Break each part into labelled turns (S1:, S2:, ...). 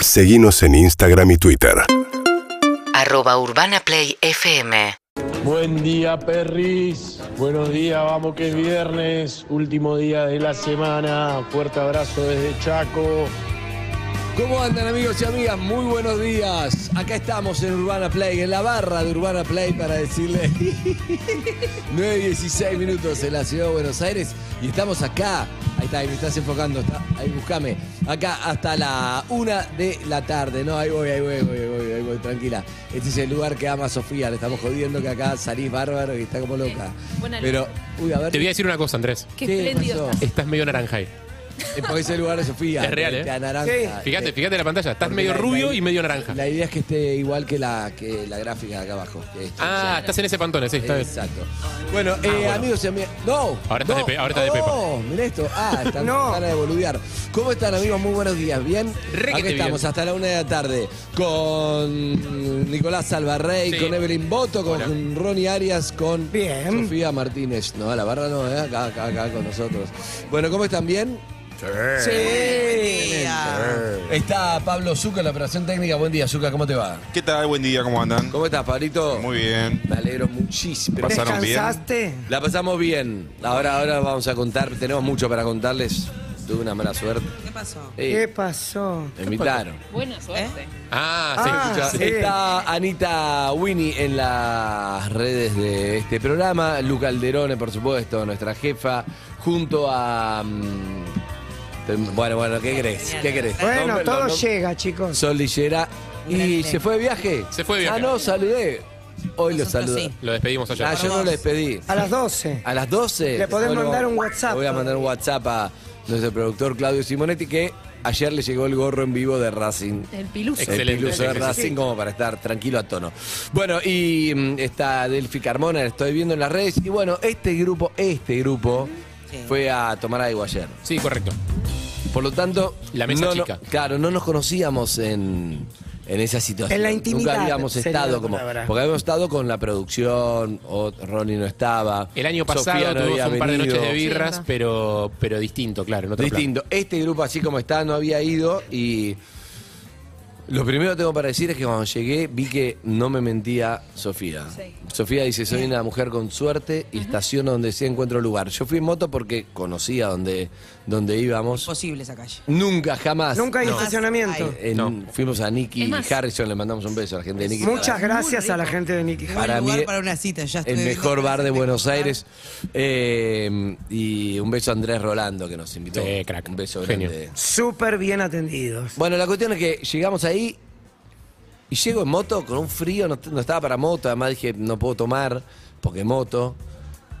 S1: Seguimos en Instagram y Twitter.
S2: Arroba Urbana Play FM.
S3: Buen día, perris. Buenos días, vamos que es viernes, último día de la semana. Fuerte abrazo desde Chaco.
S4: ¿Cómo andan amigos y amigas? Muy buenos días. Acá estamos en Urbana Play, en la barra de Urbana Play para decirle 9, 16 minutos en la ciudad de Buenos Aires y estamos acá. Ahí está, ahí me estás enfocando, está- ahí buscame. Acá hasta la una de la tarde, ¿no? Ahí voy, ahí voy, ahí voy, ahí voy, ahí voy, tranquila. Este es el lugar que ama Sofía, le estamos jodiendo que acá salís bárbaro y está como loca.
S5: buena luz.
S4: Pero, uy, a ver.
S6: Te voy a decir una cosa, Andrés.
S5: Qué
S4: ¿Qué
S5: espléndido
S4: pasó?
S5: estás.
S6: Estás medio naranja ahí.
S4: Eh, Porque es el lugar de Sofía.
S6: Es real,
S4: de-
S6: ¿eh?
S4: de naranja.
S6: Fíjate,
S4: De-
S6: fíjate la pantalla. Estás
S4: Ah, eh, Porque
S6: medio
S4: la- la-
S6: rubio y medio naranja.
S4: La idea es que esté igual que la, que la gráfica de acá abajo. que esto, o
S6: Ah,
S4: sea,
S6: estás en ese pantone, sí, está bien.
S4: Exacto. Bueno, eh, amigos y amigas. ¡No!
S6: Ah, Ahora estás
S4: no,
S6: de pe- ahora estás de
S4: No, mirá esto. Ah, están no. de boludear. ¿Cómo están, amigos? Muy buenos días. ¿Bien?
S6: Requete
S4: Aquí estamos
S6: bien.
S4: hasta la una de la tarde con Nicolás Salvarrey,
S6: Sí.
S4: con Evelyn Boto, con
S6: Hola.
S4: Ronnie Arias, con
S7: Bien.
S4: Sofía Martínez. No, la barra no, ¿eh? acá, acá, acá con nosotros. Bueno, ¿cómo están? ¿Bien?
S7: Sí.
S4: Está Pablo Zucca en la operación técnica. Buen día, Zucca, ¿cómo te va?
S8: ¿Qué tal? Buen día, ¿cómo andan?
S4: ¿Cómo estás, Pablito?
S8: Muy bien.
S4: Me alegro muchísimo.
S8: Pasa- ¿Pasaron bien?
S7: ¿Descansaste?
S4: La pasamos bien. Ahora, ahora vamos a contar, tenemos mucho para contarles. Tuve una mala suerte.
S9: ¿Qué pasó?
S4: Sí,
S7: ¿Qué pasó?
S4: me invitaron.
S5: Buena suerte.
S9: ¿Eh?
S6: Ah, sí.
S7: Ah, sí.
S4: Está Anita Winnie en las redes de este programa. Luca Alderone, por supuesto, nuestra jefa, junto a. mm, Bueno, bueno, ¿qué crees? ¿Qué crees?
S7: Bueno,
S4: Eh, No,
S7: todo
S4: no, no.
S7: llega, chicos.
S4: Sol Lillera. ¿Y se fue de viaje?
S6: Se fue de
S4: Ah,
S6: viaje.
S4: no, saludé. Hoy lo
S9: Nosotros
S4: saludé.
S9: sí.
S6: Lo despedimos
S4: Ah,
S6: allá.
S4: yo no le pedí.
S7: A las 12.
S4: A las 12.
S7: Le podés
S4: Bueno,
S7: mandar un WhatsApp.
S4: le Voy a mandar un WhatsApp a nuestro productor Claudio Simonetti que ayer le llegó el gorro en vivo de Racing.
S5: El piluso.
S4: El
S6: Excelente.
S4: piluso de Racing como para estar tranquilo a tono. Bueno, y mm, está Delphi Carmona, la estoy viendo en las redes. Y bueno, este grupo, este grupo
S9: Sí.
S4: fue a tomar algo ayer.
S6: Sí, correcto.
S4: Por lo tanto,
S6: La mesa
S4: no, no-
S6: chica.
S4: claro, no nos conocíamos en, en esa situación.
S7: En la intimidad,
S4: Nunca habíamos
S7: sería
S4: estado
S7: la
S4: como.
S7: palabra.
S4: Porque habíamos estado con la producción, o Ronnie no estaba.
S6: El año
S4: Sofía
S6: pasado
S4: no
S6: tuvimos
S4: había
S6: un par de
S4: venido.
S6: noches de birras,
S5: Sí, no.
S6: pero, pero distinto, claro. en otro plan.
S4: Distinto. Este grupo, así como está, no había ido y. Lo primero que tengo para decir es que cuando llegué vi que no me mentía Sofía. Sofía dice, soy una mujer con suerte y estaciono donde sea encuentro lugar. Yo fui en moto porque conocía donde, donde íbamos.
S9: Imposible esa calle.
S4: Nunca, jamás.
S7: Nunca hay
S9: No.
S7: estacionamiento.
S4: En- Fuimos a Nicky
S5: Es más-
S4: Harrison, le mandamos un beso a la gente de Nicky.
S7: Muchas
S9: Muy
S7: gracias
S9: rico.
S7: a la gente de Nicky.
S4: Para
S9: Buen lugar
S4: mí,
S9: para una cita, ya estoy
S4: El
S9: viendo
S4: mejor
S9: que
S4: bar de
S9: es
S4: Buenos
S9: espectacular.
S4: Aires. Eh, y un beso a Andrés Rolando que nos invitó.
S6: Sí, crack.
S4: Un beso
S6: Genio.
S4: grande.
S7: Súper bien atendidos.
S4: Bueno, la cuestión es que llegamos ahí y llego en moto con un frío, no, no estaba para moto, además dije no puedo tomar porque moto.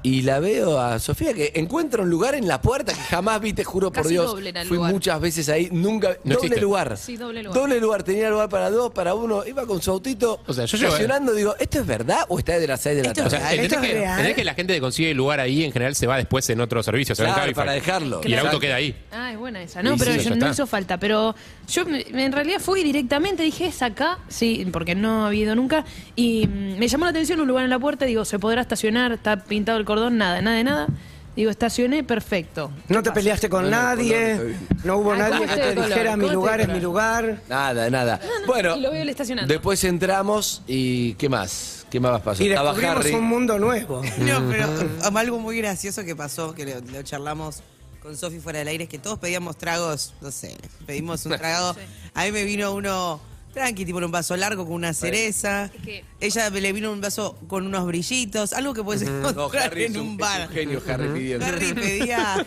S4: Y la veo a Sofía que encuentra un lugar en la puerta que jamás vi, te juro por
S5: Casi
S4: Dios.
S5: doble era el
S4: Fui
S5: lugar.
S4: muchas veces ahí, nunca. doble
S6: No existe.
S4: lugar.
S5: Sí, doble lugar.
S4: Doble lugar, tenía lugar para dos, para uno. Iba con su autito,
S6: O sea, yo llego- eh.
S4: estacionando, digo, ¿esto es verdad o está de las 6 de la
S9: Esto
S6: O
S4: tarde?
S9: es
S6: sea,
S9: real.
S6: entendés
S7: ¿Esto es
S6: que,
S7: real?
S6: entendés que la gente que consigue lugar ahí en general se va después en otro servicio, se va en
S4: Claro,
S6: Cabify.
S4: para dejarlo.
S6: Y el auto
S4: Exacto.
S6: queda ahí.
S5: Ah, es buena esa. No,
S6: Y
S5: pero
S6: sí,
S5: yo-
S6: ya
S5: no
S6: está.
S5: hizo falta. Pero yo me- en realidad fui directamente, dije, es acá, sí, porque no había ido nunca. Y mm, me llamó la atención un lugar en la puerta, digo, se podrá estacionar, está pintado el cordón, nada, nada de nada. Digo, estacioné, perfecto.
S7: No te peleaste con
S4: color,
S7: nadie.
S4: está bien.
S7: No hubo
S5: Ay,
S7: nadie
S5: ¿cómo
S7: que
S5: estoy
S7: te
S5: de color?
S7: dijera mi
S5: ¿Cómo
S7: lugar
S5: estoy
S7: es
S5: de
S7: mi lugar.
S4: Nada, nada. bueno,
S5: y lo veo en el estacionamiento.
S4: después entramos y ¿qué más? ¿Qué más pasó?
S7: Y
S4: Estaba
S7: descubrimos
S4: Harry.
S7: un mundo nuevo.
S9: No, pero um, algo muy gracioso que pasó, que lo, lo charlamos con Sofi fuera del aire, es que todos pedíamos tragos, no sé, pedimos un trago. A mí me vino uno tranqui, tipo en un vaso largo con una cereza.
S5: que-
S9: Ella me le vino un vaso con unos brillitos, algo que puedes
S4: No,
S9: encontrar
S4: Harry es
S9: en
S4: un,
S9: un
S4: es un
S9: bar.
S4: genio, Harry pidiendo.
S9: Harry pedía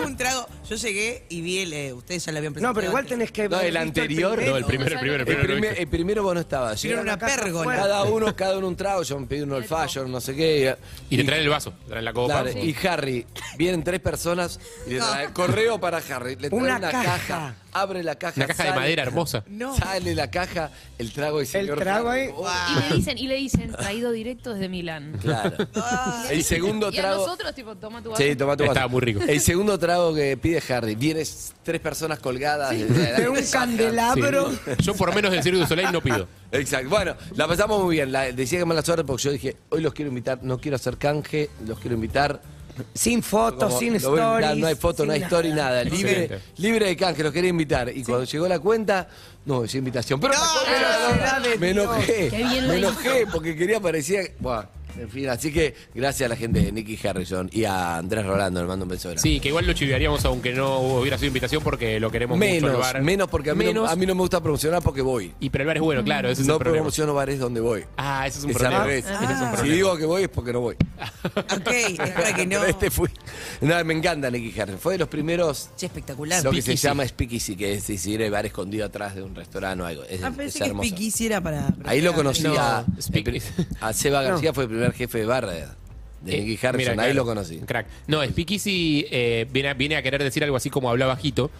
S9: un trago. Yo llegué y vi el. eh, ustedes ya lo habían presentado.
S7: No, pero igual
S9: antes.
S7: tenés que.
S4: No, el
S7: haber visto
S4: anterior.
S6: No, el primero, el primero, el
S4: El,
S6: primero. lo
S4: primer-
S6: viste.
S4: el primero vos no estabas.
S9: Tienen
S4: Llegaron
S9: una
S4: acá,
S9: pérgola.
S4: Cada uno, cada uno un trago, yo me pedí uno el fashion, no sé qué.
S6: Y te traen el vaso, te traen la copa.
S4: Claro, y Harry, vienen tres personas y le traen correo para Harry. Le traen una,
S7: Una
S4: caja.
S7: caja.
S4: abre la caja.
S6: Una caja de
S4: sale-
S6: madera hermosa.
S9: No.
S4: Sale la caja, el trago y señor
S7: trago
S4: Harry.
S7: ahí.
S4: Oh,
S5: Y le dicen, y le dicen, traído directo desde Milán.
S4: Claro. El segundo
S5: Y a
S4: trago.
S5: nosotros, tipo, toma tu vaso.
S4: Sí, toma tu
S6: Estaba
S4: vaso.
S6: muy rico.
S4: El segundo trago que pide Harry, vienes tres personas colgadas de, de-
S7: De un
S4: Ah,
S7: candelabro.
S6: Yo por menos del Cirque du Soleil no pido.
S4: Exacto. Bueno, la pasamos muy bien. La- decía que mala suerte porque yo dije, hoy los quiero invitar, no quiero hacer canje, los quiero invitar.
S7: Sin
S4: Como,
S7: fotos, sin
S4: lo voy a invitar,
S7: stories.
S4: no hay foto,
S7: sin
S4: no hay story, nada. Libre,
S6: Excelente.
S4: libre de canje, los quería invitar. Y cuando llegó la cuenta, No, es invitación. Pero
S9: No,
S4: me acordé,
S9: no,
S4: Lola,
S9: no, no,
S4: me
S9: Dios.
S4: enojé.
S5: Qué bien lo
S4: me
S5: hizo.
S4: enojé porque quería parecía. Bueno, en fin, así que gracias a la gente de Nicky Harrison y a Andrés Rolando, le mando un beso grande.
S6: Sí, que igual lo chiviaríamos aunque no hubiera sido invitación porque lo queremos mucho el
S4: Menos,
S6: bar.
S4: menos porque a mí, No,
S6: Menos.
S4: a mí no me gusta promocionar porque voy.
S6: Y pero el bar es bueno, claro, ese es
S4: no
S6: el problema.
S4: promociono bares donde voy.
S6: Ah, ese es un
S4: Este Es al
S6: problema.
S4: revés.
S6: Ese es un
S4: Si
S6: problema.
S4: digo que voy es porque no voy.
S9: Ok, es para que no.
S4: Pero este fui. No, me encanta Nicky Harrison. Fue de los primeros
S9: Che, espectacular.
S4: Lo que se
S6: Speakeasy.
S4: llama speakeasy, que es decir, el bar escondido atrás de un restaurante o algo. Es,
S9: Ah,
S4: es
S9: pensé que
S4: hermoso.
S9: Speakeasy era para.
S4: Ahí lo conocí ah,
S6: No,
S4: a,
S6: speak-
S4: el pri- a Seba García, fue el primer jefe de bar de, de
S6: Eh,
S4: Nicky Harrison.
S6: mira,
S4: Ahí
S6: claro,
S4: lo conocí.
S6: Crack. No, Speakeasy eh, viene, a- viene a querer decir algo así como habla bajito.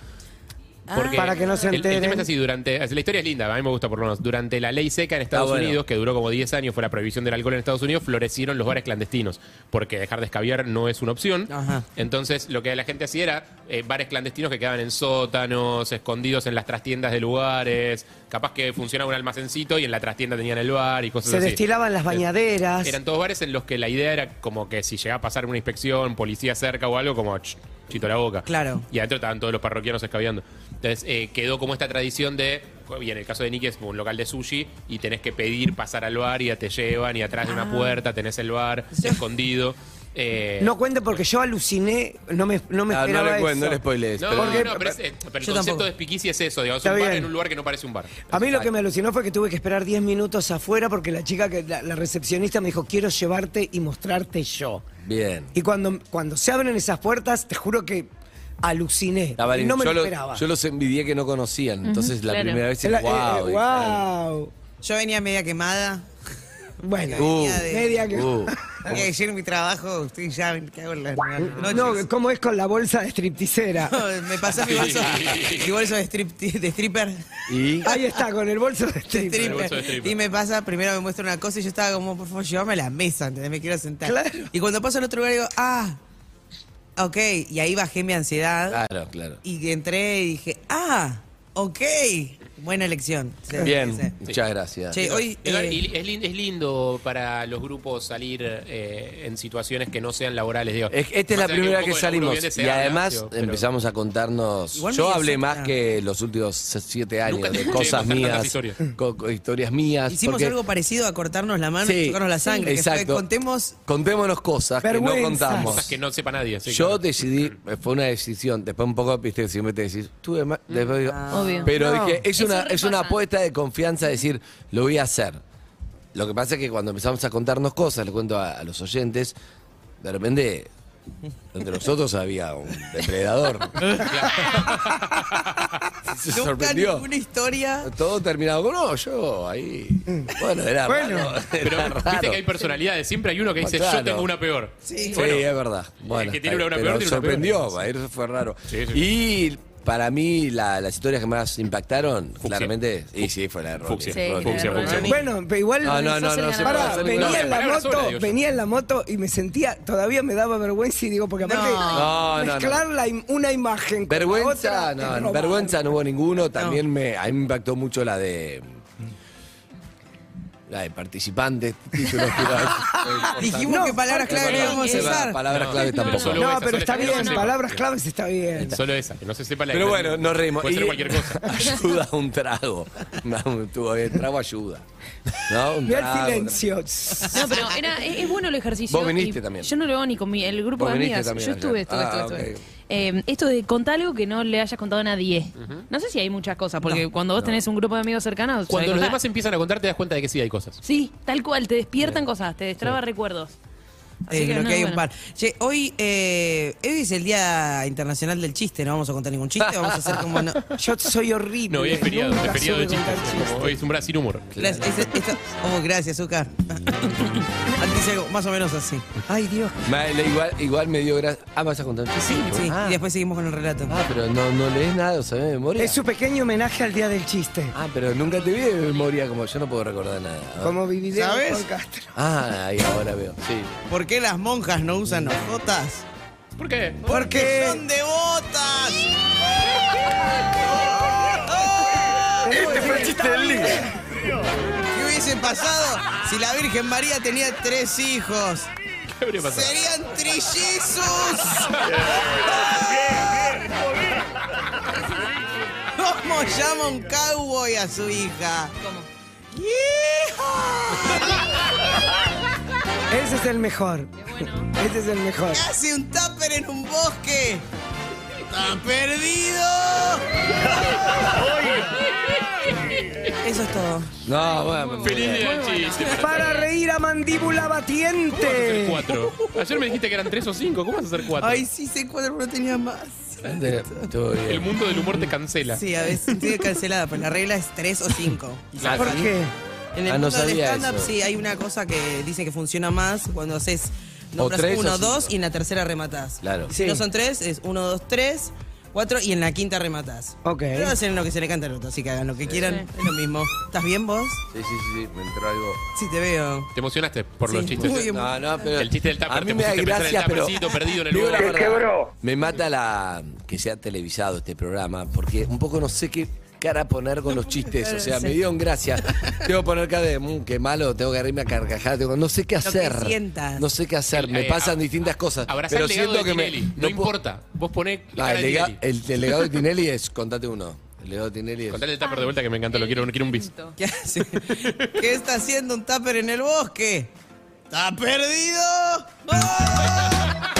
S6: Porque
S7: Ah. Para que no se
S6: el- El, tema
S7: enteren.
S6: es así, durante, la historia es linda, a mí me gusta por lo menos. Durante la ley seca en Estados
S4: Ah, bueno.
S6: Unidos, que duró como 10 años, fue la prohibición del alcohol en Estados Unidos, florecieron los bares clandestinos, porque dejar de escabiar no es una opción.
S9: Ajá.
S6: Entonces, lo que la gente hacía era eh, bares clandestinos que quedaban en sótanos, escondidos en las trastiendas de lugares, capaz que funcionaba un almacencito y en la trastienda tenían el bar y cosas
S7: Se
S6: así.
S7: destilaban las bañaderas.
S6: Eran todos bares en los que la idea era como que si llegaba a pasar una inspección, policía cerca o algo, como ch, chito la boca.
S9: Claro.
S6: Y adentro estaban todos los parroquianos escabeando. Entonces eh, quedó como esta tradición de. Y en el caso de Nicky es como un local de sushi y tenés que pedir pasar al bar y ya te llevan y atrás de
S9: Ah.
S6: una puerta tenés el bar escondido. Eh,
S7: No cuente porque yo aluciné, no me, no me
S4: Ah, no
S7: esperaba
S4: le cuento,
S7: eso.
S4: no le spoilees.
S6: no,
S4: pero-
S6: no, pero, es- eh, pero el
S9: Yo
S6: concepto
S9: tampoco.
S6: de Spikisi es eso, digamos, es
S7: Está
S6: un bar
S7: bien.
S6: en un lugar que no parece un bar.
S7: A mí lo que me alucinó fue que tuve que esperar 10 minutos afuera porque la chica, que la, la recepcionista me dijo, quiero llevarte y mostrarte yo.
S4: Bien.
S7: Y cuando, cuando se abren esas puertas, te juro que aluciné.
S4: Estaba lindo.
S7: no me
S4: yo,
S7: lo
S4: lo-
S7: esperaba.
S4: yo los envidié que no conocían. Entonces, la
S5: claro.
S4: primera vez,
S7: Era- eh,
S4: wow.
S7: eh, wow.
S9: Yo venía media quemada.
S7: Bueno,
S4: Uh,
S7: media que...
S4: uh,
S9: Porque ayer en mi trabajo estoy ya ¿qué hago en las noches?
S7: No, ¿cómo es con la bolsa de stripticera?
S9: me pasé mi bolso, mi bolso de, strip, de stripper.
S4: y
S7: Ahí está, con el bolso de
S9: De
S7: stripper.
S9: stripper.
S6: bolso de stripper.
S9: Y me pasa, primero me muestra una cosa y yo estaba como, por favor, llévame a la mesa, ¿entendés? Me quiero sentar.
S7: Claro.
S9: Y cuando paso al otro lugar digo, ah, ok. Y ahí bajé mi ansiedad
S4: claro, claro.
S9: y entré y dije, ah, ok. Buena elección. Sí,
S4: Bien,
S9: sí.
S4: muchas gracias.
S9: Che, hoy...
S6: Igual,
S9: eh,
S6: y li- es, lin- es lindo para los grupos salir eh, en situaciones que no sean laborales. Digo.
S4: Es- esta es la
S6: Más allá un
S4: primera
S6: poco
S4: que
S6: de laburo
S4: salimos
S6: bien
S4: y
S6: deseado,
S4: además
S6: digo, pero
S4: empezamos a contarnos.
S9: Igual
S4: yo
S9: medio
S4: hablé
S9: secta.
S4: más que los últimos siete años
S6: Nunca te
S4: de
S6: escuché
S4: cosas
S6: contar tantas
S4: mías,
S6: historias.
S4: co- co- historias mías.
S9: Hicimos
S4: porque-
S9: algo parecido a cortarnos la mano
S4: Sí,
S9: y chocarnos la sangre. que fue,
S4: exacto.
S9: contemos
S4: Contémonos cosas que no
S7: Vergüenzas.
S4: contamos.
S6: Cosas que no sepa nadie. sí,
S4: yo
S6: claro.
S4: decidí, eh, fue una decisión, después un poco, viste, siempre te decís, tuve más,
S6: Mm.
S4: después digo,
S6: Ah.
S5: Obvio.
S4: pero
S7: No.
S4: dije, es
S5: Eso
S4: una, es una
S5: repasa.
S4: apuesta de confianza decir, lo voy a hacer. Lo que pasa es que cuando empezamos a contarnos cosas, le cuento a, a los oyentes, de repente, entre nosotros había un depredador. Se
S9: nunca
S4: sorprendió.
S9: ninguna historia.
S4: Todo terminado con, no, yo ahí. Bueno, era
S7: Bueno.
S4: raro.
S6: Pero
S4: era
S6: viste
S4: raro.
S6: que hay personalidades. Siempre hay uno que dice,
S4: Claro.
S6: yo tengo una peor.
S4: Sí,
S6: Bueno,
S4: es verdad. Bueno,
S6: que tiene una- una
S4: pero
S6: peor, tiene una
S4: sorprendió,
S6: peor.
S4: va, eso fue raro.
S6: Sí, sí,
S4: Y para mí, la- las historias que más impactaron, claramente, y sí, fue la de Ronnie.
S6: Fucsia.
S5: Sí,
S4: Ronnie,
S5: fucsia,
S4: Ronnie.
S5: fucsia.
S7: Bueno, pero igual...
S4: No, no, no,
S5: Sos el
S4: no. se
S5: ganador.
S4: puede
S7: Pará,
S4: hacer
S7: venía
S4: ninguna-
S7: en la
S6: palabra
S7: moto,
S6: sola, digo yo.
S7: venía en la moto y me sentía, todavía me daba vergüenza y digo, porque aparte
S4: No, no, no.
S7: mezclar la im- una imagen con la
S4: Vergüenza,
S7: otra, es
S4: no,
S7: robar.
S4: vergüenza no hubo ninguno. También me, a mí me impactó mucho la de. La de participantes, títulos,
S9: Dijimos que palabras clave no íbamos a usar.
S4: Palabras clave
S6: No,
S4: tampoco.
S6: solo
S7: No,
S6: esa,
S7: pero
S6: solo
S7: está
S6: esa, que no
S7: bien,
S6: sepa.
S7: palabras claves está bien.
S6: Solo esa, que no se sepa la
S4: Pero bueno, nos reímos.
S6: Puede
S4: Y
S6: ser cualquier cosa.
S4: Ayuda un trago. No, estuvo bien. Trago ayuda. ¿No? Un trago,
S7: Mirá
S4: un
S7: el
S4: trago.
S7: silencio.
S5: No, pero era, es, es bueno el ejercicio.
S4: Vos viniste
S5: y
S4: también.
S5: Yo no lo hago ni con mi- el grupo
S4: Vos
S5: de
S4: viniste
S5: amigas.
S4: también
S5: Yo estuve,
S4: ayer.
S5: estuve,
S4: Ah,
S5: estuve.
S4: ok.
S5: estuve. Eh, esto de contar algo que no le hayas contado a nadie. No sé si hay muchas cosas, porque cuando vos tenés un grupo de amigos cercanos. sabés
S6: Cuando los
S5: contar.
S6: demás empiezan a contar, te das cuenta de que sí hay cosas.
S5: Sí, tal cual, te despiertan cosas, te destraba recuerdos. Así
S9: Eh,
S5: que
S9: creo
S5: no,
S9: que hay un
S5: bueno.
S9: par. Che, hoy, eh, hoy es el Día Internacional del Chiste, no vamos a contar ningún chiste, vamos a hacer como... No,
S7: Yo soy horrible.
S6: No, hoy es feriado,
S7: Eh, nunca
S6: es feriado de
S7: supe
S6: chistes.
S7: contar
S6: Como Hoy es un brazo sin humor.
S9: gracias, es- esto- oh, gracias, Zucker. Antes algo más o menos así.
S7: Ay, Dios.
S4: Ma- le- igual, igual me dio gracia. Ah, vas a contar. un chiste?
S9: Sí, sí,
S4: Ah,
S9: y después seguimos con el relato.
S4: ah, pero no, no lees nada, o sabes de memoria.
S7: Es su pequeño homenaje al Día del Chiste.
S4: Ah, pero nunca te vi de memoria, como yo no puedo recordar nada. Ah.
S7: Como viví de
S9: ¿Sabes?
S7: podcast.
S4: Ah, ahí ahora veo. Sí.
S9: ¿Por qué las monjas no usan ojotas?
S6: ¿Por qué?
S9: Porque son devotas.
S4: Este fue el chiste del día.
S9: ¿Qué hubiese pasado si la Virgen María tenía tres hijos?
S6: ¿Qué habría pasado?
S9: ¡Serían trillizos! ¡Vamos, ¿Cómo llama un cowboy a su hija?
S5: ¿Cómo?
S7: Ese es el mejor.
S5: Qué bueno.
S7: Ese es el mejor.
S9: Hace un tupper en un bosque. ¡Está perdido! Eso es todo.
S4: No, bueno.
S6: Feliz día del chiste.
S7: Para reír a mandíbula
S6: Hacer
S7: batiente.
S6: cuatro. Ayer me dijiste que eran tres o cinco. ¿Cómo vas a hacer cuatro?
S9: Ay, sí, sé cuatro, pero tenía más.
S4: Todo Este, bien.
S6: El mundo del humor te cancela.
S9: Sí, a veces estoy cancelada, pero la regla es tres o cinco.
S6: Claro.
S7: ¿Por qué?
S9: En el
S4: Ah, no
S9: mundo del
S4: sabía
S9: stand-up
S4: eso.
S9: sí hay una cosa que dice que funciona más cuando haces nombras
S4: tres o
S9: uno,
S4: cinco.
S9: dos y en la tercera rematás.
S4: Claro.
S9: Si
S7: Sí.
S9: no son tres, es uno, dos, tres, cuatro y en la quinta rematás.
S7: Ok.
S9: Pero hacen lo que se le canta al otro, así que hagan lo que
S5: eh,
S9: quieran, es lo mismo. ¿Estás bien vos?
S4: Sí, sí, sí, sí, me entró algo.
S9: Sí, te veo.
S6: Te emocionaste por los
S9: Sí.
S6: chistes.
S9: Muy emo-
S4: No, no, pero
S6: El chiste del tupper,
S4: a mí
S6: te
S4: me da
S6: pusiste a pensar en el
S4: gracia, pero
S6: tuppercito perdido en el
S4: digo
S6: huevo.
S4: la verdad, Me mata la que sea televisado este programa porque un poco no sé qué cara poner con los chistes, o sea, me dieron gracia. Tengo que poner cara de, "Mm, qué malo, tengo que reírme a carcajadas, tengo- no sé
S9: que
S4: qué hacer.
S9: sientas.
S4: No sé qué hacer, me
S6: Eh,
S4: pasan
S6: ab-
S4: distintas cosas,
S6: Abrazá
S4: pero
S6: el legado
S4: siento
S6: de
S4: que me
S6: Tinelli. No,
S4: puedo-
S6: importa. Vos ponés la
S4: Ah,
S6: cara
S4: el,
S6: de
S4: lega-
S6: Tinelli.
S4: el- el legado de Tinelli es contate uno. El legado de Tinelli es
S6: Contale el tupper de vuelta que me encanta. Lo quiero, quiero un bis.
S9: ¿Qué hace? ¿Qué está haciendo un tupper en el bosque? ¡Está perdido! ¡Ah!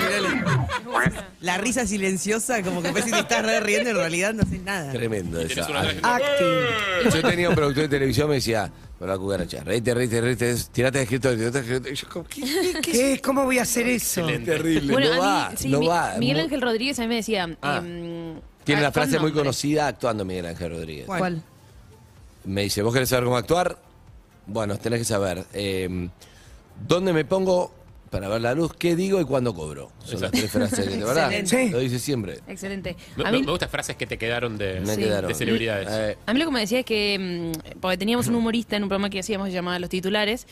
S9: Míralo. La risa silenciosa, como que parece que te estás re riendo y en realidad no haces nada.
S4: tremendo
S6: Tenés
S4: esa.
S6: una atrás.
S7: Acting.
S4: Yo tenía un productor de televisión me decía, por la cucaracha, reíte, reíte, reíte, tirate de escritorio, tirate de escritorio. Y yo como, "¿Qué
S7: ¿Qué? ¿Cómo voy a hacer eso?
S4: Terrible,
S5: Bueno,
S4: no
S5: a
S4: va,
S5: mí, sí,
S4: no
S5: Mi-
S4: va.
S5: Miguel Ángel Rodríguez a mí me decía.
S4: Ah.
S5: em,
S4: Tiene
S5: ah,
S4: una frase
S5: con
S4: muy
S5: nombre.
S4: conocida actuando Miguel Ángel Rodríguez.
S9: ¿Cuál?
S5: ¿Cuál?
S4: Me dice, ¿vos querés saber cómo actuar? Bueno, tenés que saber eh, dónde me pongo para ver la luz, qué digo y cuándo cobro. Son las tres frases que, de verdad,
S7: Excelente.
S4: lo dice siempre.
S5: Excelente.
S6: Me,
S5: a,
S6: me-
S5: mí,
S6: me gustan frases que te quedaron de,
S4: Me
S6: de
S4: quedaron.
S6: celebridades.
S4: Eh,
S5: a mí lo que me decía es que. mm, Porque teníamos un humorista en un programa que hacíamos que se llamaba Los Titulares.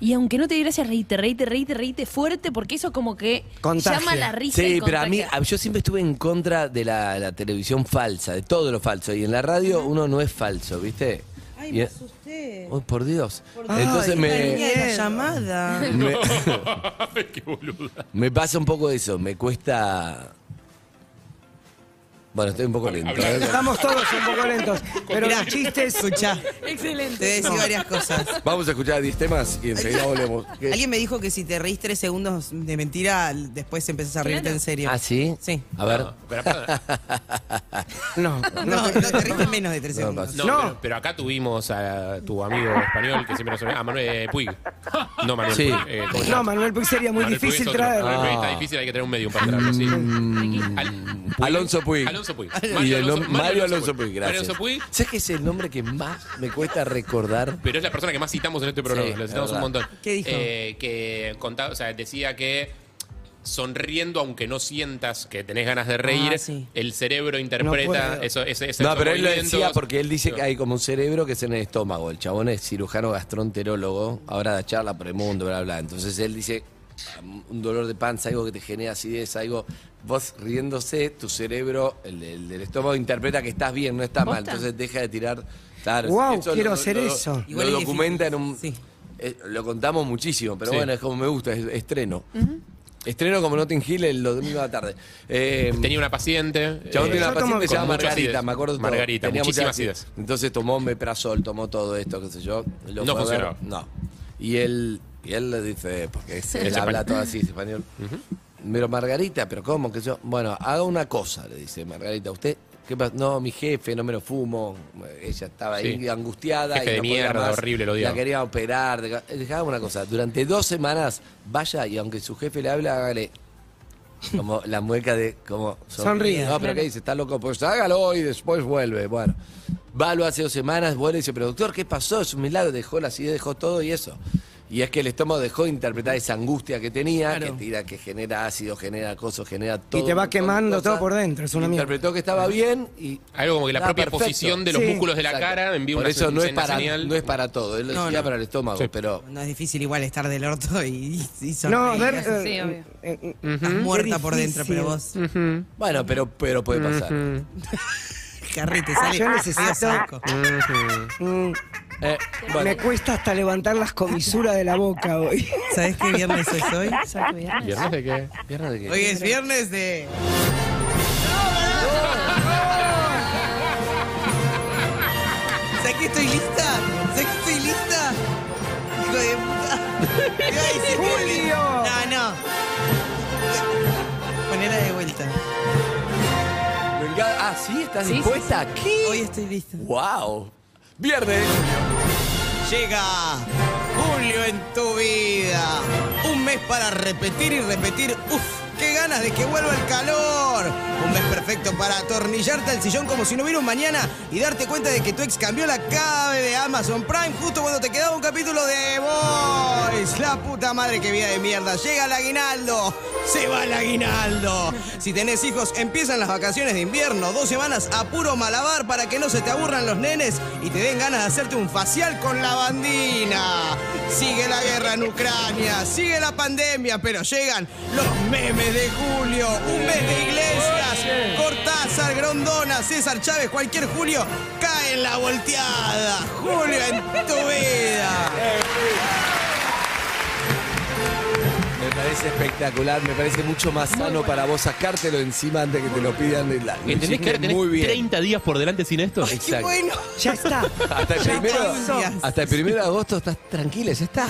S5: Y aunque no te dé gracia, reíte, reíte, reíte, reíte fuerte, porque eso como que
S7: Contagia.
S5: llama la risa.
S4: Sí,
S5: y
S4: pero a mí,
S5: contagia.
S4: a- yo siempre estuve en contra de la, la televisión falsa, de todo lo falso. Y en la radio uno no es falso, ¿viste? Y-
S9: asusté.
S4: Ay, por Dios.
S7: Dios.
S4: Entonces
S7: Ay,
S4: me...
S9: La niña de la llamada.
S4: me-
S6: Ay, qué boluda.
S4: Me pasa un poco eso, me cuesta. Bueno, estoy un poco lento.
S6: Hablar.
S4: ¿eh?
S7: Estamos todos un poco lentos. Pero los chistes.
S9: Escuchá, te
S5: Excelente.
S9: decía varias cosas.
S4: Vamos a escuchar 10 temas y enseguida volvemos. ¿Qué?
S9: Alguien me dijo que si te reís tres segundos de mentira, después empezás a reírte en serio.
S4: ¿Ah, sí?
S9: Sí.
S4: A ver.
S6: No, pero, aparte-
S7: No,
S9: No, no te ríes en menos de tres
S4: No,
S9: segundos.
S4: pasa.
S6: no,
S7: No.
S6: Pero, pero acá tuvimos a tu amigo español que siempre nos sonaba. A Manuel eh, Puig. No, Manuel
S4: Sí.
S6: Puig. eh, ¿cómo se
S7: no,
S6: llama?
S7: Manuel Puig sería muy
S6: Manuel Puig es
S7: difícil
S6: Ah, otro.
S7: traer.
S6: Manuel Puig está difícil, hay que tener un medium para traerlo, sí.
S4: Mm.
S6: Al- Puig.
S4: Alonso Puig.
S6: Alonso Puig.
S4: Y el nom- Mario Alonso Puig,
S6: Mario
S4: gracias.
S6: Alonso Puig,
S4: ¿Sabes que es el nombre que más me cuesta recordar?
S6: pero es la persona que más citamos en este programa.
S4: Sí,
S6: lo citamos
S4: es
S6: un montón.
S9: ¿Qué dijo?
S6: Eh, que contaba, o sea, decía que sonriendo, aunque no sientas que tenés ganas de reír,
S9: Ah, sí.
S6: el cerebro interpreta
S7: puedo.
S6: eso, ese, ese-
S4: No,
S6: esos
S4: pero él lo
S6: movimientos.
S4: decía porque él dice que hay como un cerebro que es en el estómago. El chabón es cirujano gastroenterólogo, ahora da charla por el mundo, bla, bla. Entonces él dice un dolor de panza, algo que te genera acidez, algo. Vos riéndose, tu cerebro, el, del- del estómago, interpreta que estás bien, no estás mal.
S5: ¿Posta?
S4: Entonces deja de tirar. Claro,
S7: Guau,
S4: eso
S7: quiero hacer eso.
S4: Lo
S9: Igual es
S4: documenta en un.
S9: difícil, sí.
S4: eh, lo contamos muchísimo, pero
S6: Sí.
S4: bueno, es como me gusta, es estreno. Estreno como Notting Hill el domingo de la tarde. Eh,
S6: Tenía una paciente.
S4: Chabón
S6: eh,
S4: tiene una
S7: yo tomo
S4: paciente que se
S6: con
S4: llama
S6: mucha
S4: Margarita,
S6: acidez.
S4: me acuerdo todo.
S6: Margarita,
S4: Tenía mucha
S6: muchísima acidez.
S4: Entonces tomó meprazol, tomó todo esto, qué sé yo. Lo
S6: No
S4: fue a ver,
S6: funcionó.
S4: No. Y él, y él le dice, porque es- él
S6: Es
S4: habla
S6: español.
S4: todo así, es español. Pero Margarita, ¿pero cómo? Que yo, bueno, haga una cosa, le dice Margarita. ¿Usted qué pasa? No, mi jefe, no me lo fumo. Ella estaba ahí
S6: Sí.
S4: angustiada.
S6: Jefe
S4: y
S6: de
S4: no podía
S6: mierda,
S4: más.
S6: horrible, lo
S4: La
S6: odiaba.
S4: quería operar. de- Él dijo, haga una cosa. Durante dos semanas, vaya y aunque su jefe le hable, hágale como la mueca de como
S7: Sonríe.
S4: No, pero ¿qué dice? Está loco. Pues hágalo hoy, después vuelve. Bueno, va lo hace dos semanas, vuelve y dice, productor, ¿qué pasó? Es un milagro, dejó la acidez, dejó todo y eso. Y es que el estómago dejó de interpretar esa angustia que tenía,
S9: Claro.
S4: que tira, que genera ácido, genera acoso, genera todo.
S7: te
S4: un
S7: va
S4: montón de
S7: quemando todo
S4: cosas.
S7: por dentro, es una mierda.
S4: Interpretó que estaba bien y.
S6: Algo como que la
S4: Ah,
S6: propia
S4: perfecto.
S6: posición de los
S7: Sí.
S6: músculos de la
S4: Exacto.
S6: cara envía
S4: Por
S6: una,
S4: eso no
S6: sen-
S4: es, para,
S6: señal.
S4: no es para todo, él lo
S9: No,
S4: decía
S9: no.
S4: para el estómago,
S6: Sí.
S4: pero
S9: No es difícil igual estar del orto y, y sonreír.
S7: No, a ver.
S9: Estás
S5: Sí,
S7: eh,
S5: obvio.
S7: eh, eh,
S9: muerta
S7: qué
S9: por dentro,
S7: difícil.
S9: pero vos.
S4: bueno, pero, pero puede pasar.
S9: Carri, te sale.
S7: Yo necesito-
S9: medio saco.
S7: Mm,
S4: Eh,
S7: Me
S4: bueno,
S7: cuesta hasta levantar las comisuras de la boca hoy.
S9: ¿Sabés qué viernes es hoy?
S6: ¿Viernes de qué?
S4: pierna de qué?
S9: Hoy es viernes de. ¿Sabes que estoy lista? ¿Sabes que estoy lista? Hijo de puta. Te iba a decir que-
S7: Julio.
S9: No, no. Ponela de vuelta.
S4: Me encanta- Ah, sí, ¿estás
S5: Sí,
S4: dispuesta? ¿Qué?
S9: Hoy estoy lista.
S4: ¡Wow! Viernes.
S9: Llega Julio en tu vida. Un mes para repetir y repetir. Uf, qué ganas de que vuelva el calor. Un mes perfecto para atornillarte al sillón como si no hubiera un mañana y darte cuenta de que tu ex cambió la clave de Amazon Prime justo cuando te quedaba un capítulo de Boys. La puta madre que vida de mierda. Llega el aguinaldo. Se va el aguinaldo. Si tenés hijos, empiezan las vacaciones de invierno. Dos semanas a puro malabar para que no se te aburran los nenes y te den ganas de hacerte un facial con lavandina. Sigue la guerra en Ucrania, sigue la pandemia, pero llegan los memes de julio. Un mes de iglesias. Cortázar, Grondona, César Chávez, cualquier julio. Cae en la volteada. Julio en tu vida.
S4: Me parece espectacular, me parece mucho más sano para vos sacártelo encima antes que te lo pidan. de La, lo
S6: ¿Entendés que
S4: hiciste
S6: ahora tenés
S4: muy bien.
S6: 30 días por delante sin esto?
S9: Ay, qué
S4: Exacto.
S9: bueno.
S7: Ya está.
S4: Hasta el
S9: Ya
S4: primero,
S9: pasó.
S4: hasta el primero de agosto estás tranquila, ya está.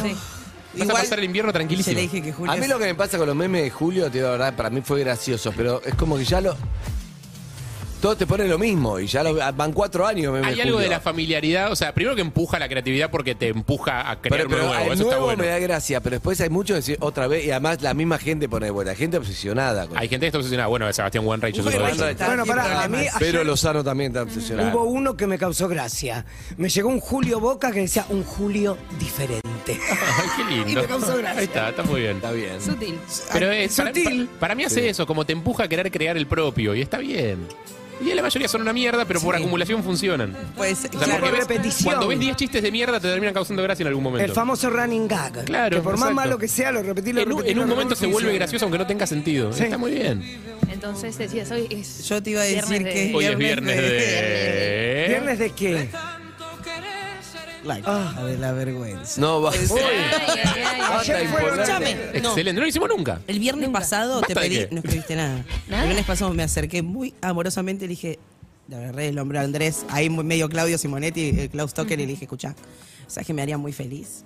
S6: Vas a pasar el invierno
S9: Ya
S6: tranquilísimo.
S9: le dije que Julio.
S4: A mí lo que me pasa con los memes de Julio, te digo la verdad, para mí fue gracioso, pero es como que ya lo. Todos te ponen lo mismo y ya lo- van cuatro años. memes
S6: Hay algo
S4: Julio.
S6: de la familiaridad, o sea, primero que empuja la creatividad porque te empuja a creer
S4: Pero, pero
S6: nuevo,
S4: el
S6: eso está
S4: nuevo
S6: bueno.
S4: me da gracia, pero después hay muchos que decir otra vez y además la misma gente pone bueno, la gente obsesionada con
S6: Hay gente que está obsesionada. Bueno, Sebastián Wanreich es
S4: Uy,
S6: uno de
S4: Wanreich
S6: ellos.
S4: está-
S7: Bueno, pará, a mí
S4: Pero
S7: ayer
S4: Lozano también está obsesionado.
S7: hubo uno que me causó gracia. Me llegó un Julio Boca que decía un Julio diferente.
S6: Ay, qué lindo.
S7: Y me causó gracia.
S6: Ahí está, está muy bien.
S4: Está bien.
S5: Sutil.
S6: Pero es, para,
S7: Sutil.
S6: para- para mí hace eso, como te empuja a querer crear el propio, y está bien. Y la mayoría son una mierda, pero por acumulación funcionan.
S9: Pues,
S6: O sea,
S7: Claro,
S6: porque ves-
S7: repetición.
S6: cuando ves 10 chistes de mierda, te terminan causando gracia en algún momento.
S7: El famoso running gag.
S6: Claro,
S7: Que por más
S6: exacto.
S7: malo que sea, lo repetí, lo
S6: en un,
S7: repetí,
S6: en
S7: lo
S6: un
S7: repetí,
S6: momento se
S7: funciona.
S6: vuelve gracioso, aunque no tenga sentido.
S7: Sí.
S6: Está muy bien.
S5: Entonces decías, hoy es.
S9: Yo te iba a decir
S5: viernes de-
S9: que-
S6: Hoy es viernes
S9: Viernes de-
S6: de.
S7: ¿Viernes de qué?
S9: La hija de la vergüenza.
S4: No, va. Uy,
S5: Ay, ay, ay,
S4: basta
S5: ayer
S4: de
S7: fue
S4: imponer.
S9: Escuchame. No,
S6: Excelente, no lo hicimos nunca.
S9: El viernes pasado te
S6: ¿Basta de
S9: pedí,
S6: qué?
S9: no escribiste nada.
S5: ¿Nada?
S9: El viernes pasado me acerqué muy amorosamente y le dije, le agarré el hombro a Andrés, ahí muy- medio Claudio Simonetti, eh, Klaus Tocker, y le dije, escuchá, ¿sabes que me haría muy feliz?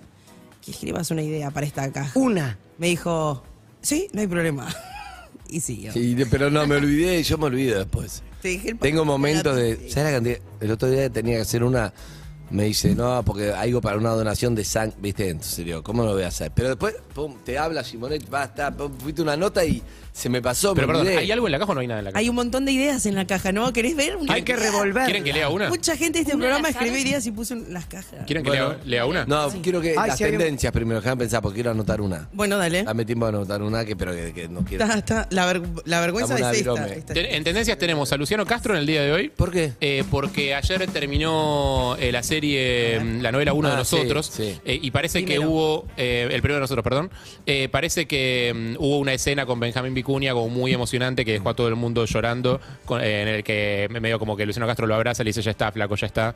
S9: Que escribas una idea para esta caja.
S7: Una.
S9: Me dijo, sí, no hay problema. y siguió.
S4: Sí, de- pero no, me olvidé, yo me olvido después.
S9: Te dije, el-
S4: Tengo momentos de. ¿Sabes la cantidad? El otro día tenía que hacer una. Me dice, no, porque algo para una donación de sangre, ¿viste? Entonces digo, ¿cómo lo voy a hacer? Pero después, pum, te habla Simonet, basta, pum, fuiste una nota y se me pasó,
S6: Pero
S4: me
S6: perdón,
S4: olvidé.
S6: ¿hay algo en la caja o no hay nada en la caja?
S9: Hay un montón de ideas en la caja, ¿no? ¿Querés ver? Una-
S6: Hay que
S7: revolver.
S6: ¿Quieren que lea una?
S9: Mucha gente de este
S5: Una
S9: programa
S5: de las
S9: escribió
S5: cajas.
S9: ideas y puso en las cajas.
S6: ¿Quieren que
S4: Bueno.
S6: lea, lea una?
S4: No, quiero que.
S7: Ay,
S4: las
S7: si hay un-
S4: tendencias primero, déjame pensar, porque quiero anotar una.
S9: Bueno, dale.
S4: Dame tiempo a anotar una, que, pero que, que no quiero.
S9: Está- está- la, ver- la vergüenza
S4: Dame una
S9: es esta.
S4: virome.
S9: esta.
S6: Ten- En tendencias tenemos a Luciano Castro en el día de hoy.
S4: ¿Por qué?
S6: Eh, porque ayer terminó eh, la serie, mm, la novela Uno
S4: Ah,
S6: de Nosotros,
S4: sí, sí.
S6: eh, y parece que hubo, eh, el primero de nosotros, perdón, Eh, parece que mm, hubo una escena con Benjamín Vicuña como muy emocionante que dejó a todo el mundo llorando, con- eh, en el que me- medio como que Luciano Castro lo abraza y le dice, ya está, flaco, ya está.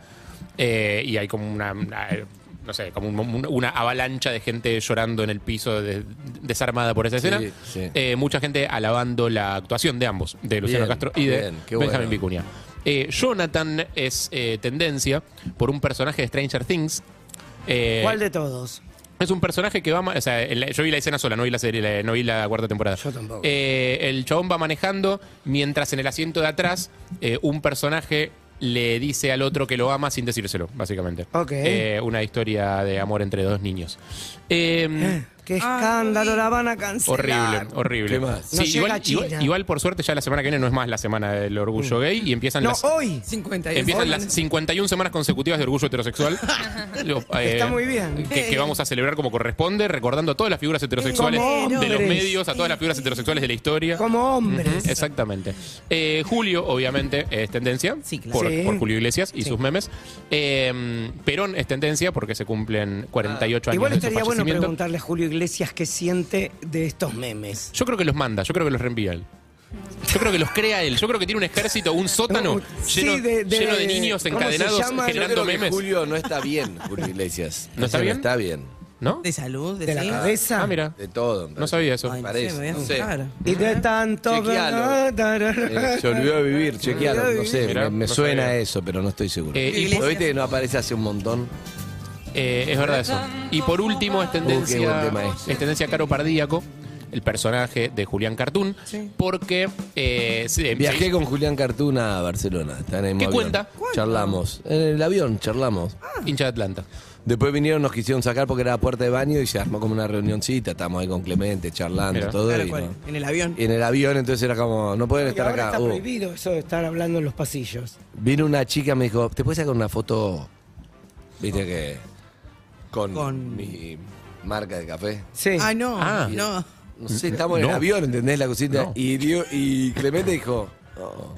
S6: Eh, y hay como una... una, eh, no sé, como un- un- una avalancha de gente llorando en el piso de- desarmada por esa
S4: Sí,
S6: escena.
S4: sí.
S6: Eh, mucha gente alabando la actuación de ambos, de Luciano
S4: Bien,
S6: Castro y de
S4: bien, qué
S6: Benjamín
S4: bueno.
S6: Vicuña. Eh, Jonathan es eh, tendencia por un personaje de Stranger Things. Eh,
S7: ¿Cuál de todos?
S6: Es un personaje que va. ma- O sea, en la- yo vi la escena sola, no vi la, serie, la- no vi la cuarta temporada.
S7: Yo tampoco.
S6: Eh, el chabón va manejando mientras en el asiento de atrás eh, un personaje le dice al otro que lo ama sin decírselo, básicamente.
S7: Ok.
S6: Eh, una historia de amor entre dos niños. Eh,
S7: Qué escándalo, la van a cancelar.
S6: Horrible, horrible.
S4: ¿Qué más?
S6: Sí,
S7: No llega
S6: igual,
S7: a China.
S6: igual- igual, por suerte ya la semana que viene no es más la semana del
S4: Mm.
S6: orgullo gay y empiezan
S7: No,
S6: las
S7: hoy.
S9: 51.
S6: empiezan
S9: Hoy-
S6: las 51 semanas consecutivas de orgullo heterosexual. Digo, eh,
S7: Está muy bien.
S6: Que, que vamos a celebrar como corresponde, recordando a todas las figuras heterosexuales
S7: Como
S6: de los
S7: hombres.
S6: medios, a todas las figuras heterosexuales de la historia.
S7: Como
S6: Ujú,
S7: hombres.
S6: exactamente. Eh, Julio, obviamente, es tendencia
S9: Sí, claro.
S6: por,
S7: Sí.
S6: por Julio Iglesias y sus memes. Eh, Perón es tendencia porque se cumplen 48 años
S7: Ah. Igual
S6: de su
S7: estaría bueno
S6: fallecimiento.
S7: preguntarle a Julio Iglesias qué siente de estos memes.
S6: Yo creo que los manda, yo creo que los reenvía él. Yo creo que los crea él. Yo creo que tiene un ejército, un sótano
S7: Sí,
S6: lleno,
S7: de- de-
S6: lleno de niños
S7: ¿cómo se
S6: encadenados
S7: llama?
S4: Yo creo
S6: generando
S4: que
S6: memes.
S4: Julio no está bien, Julio Iglesias.
S6: ¿No está
S4: Eso
S6: bien?
S4: está bien.
S6: ¿No?
S9: De salud, de,
S7: ¿De la
S9: sí.
S7: cabeza?
S6: Ah, mira.
S4: De todo. en
S6: No sabía eso.
S9: Ay, no
S4: Parece,
S9: sé, me voy a
S4: no sé.
S9: fijar.
S7: Y de tanto...
S4: Chequealo. realidad. Eh, Se olvidó de vivir, chequealo. No sé,
S6: Mirá,
S4: me, me
S6: no
S4: suena
S6: sabía.
S4: eso, pero no estoy seguro.
S6: Eh, y
S4: ¿Lo
S9: por-
S4: viste que no aparece hace un montón?
S6: Eh, es verdad eso. Y por último es
S4: qué
S6: tendencia,
S4: buen tema este.
S6: es tendencia Caro Pardíaco, el personaje de Julián Cartoon, porque eh, se-
S4: Viajé
S6: se-
S4: con Julián Cartuna a Barcelona. Está en el
S6: ¿Qué
S4: avión.
S6: cuenta?
S4: Charlamos. En el avión, charlamos.
S6: hincha de Atlanta.
S4: Después vinieron, nos quisieron sacar porque era puerta de baño y se armó como una reunioncita. Estábamos ahí con Clemente, charlando,
S6: Mira.
S4: todo.
S9: Claro,
S4: y,
S9: cual,
S4: no.
S9: En el avión.
S4: Y en el avión, entonces era como, no pueden
S7: Y
S4: estar
S7: ahora
S4: acá.
S7: está
S4: Uh,
S7: prohibido eso de estar hablando en los pasillos.
S4: vino una chica, me dijo, ¿te puedes sacar una foto? Viste que. Con,
S9: Con-
S4: mi marca de café.
S7: Sí.
S9: Ah, no.
S6: Ah.
S9: No.
S4: No sé, estamos en el
S6: No.
S4: avión, ¿entendés la cosita?
S6: No.
S4: Y, dio- y Clemente dijo. "Oh".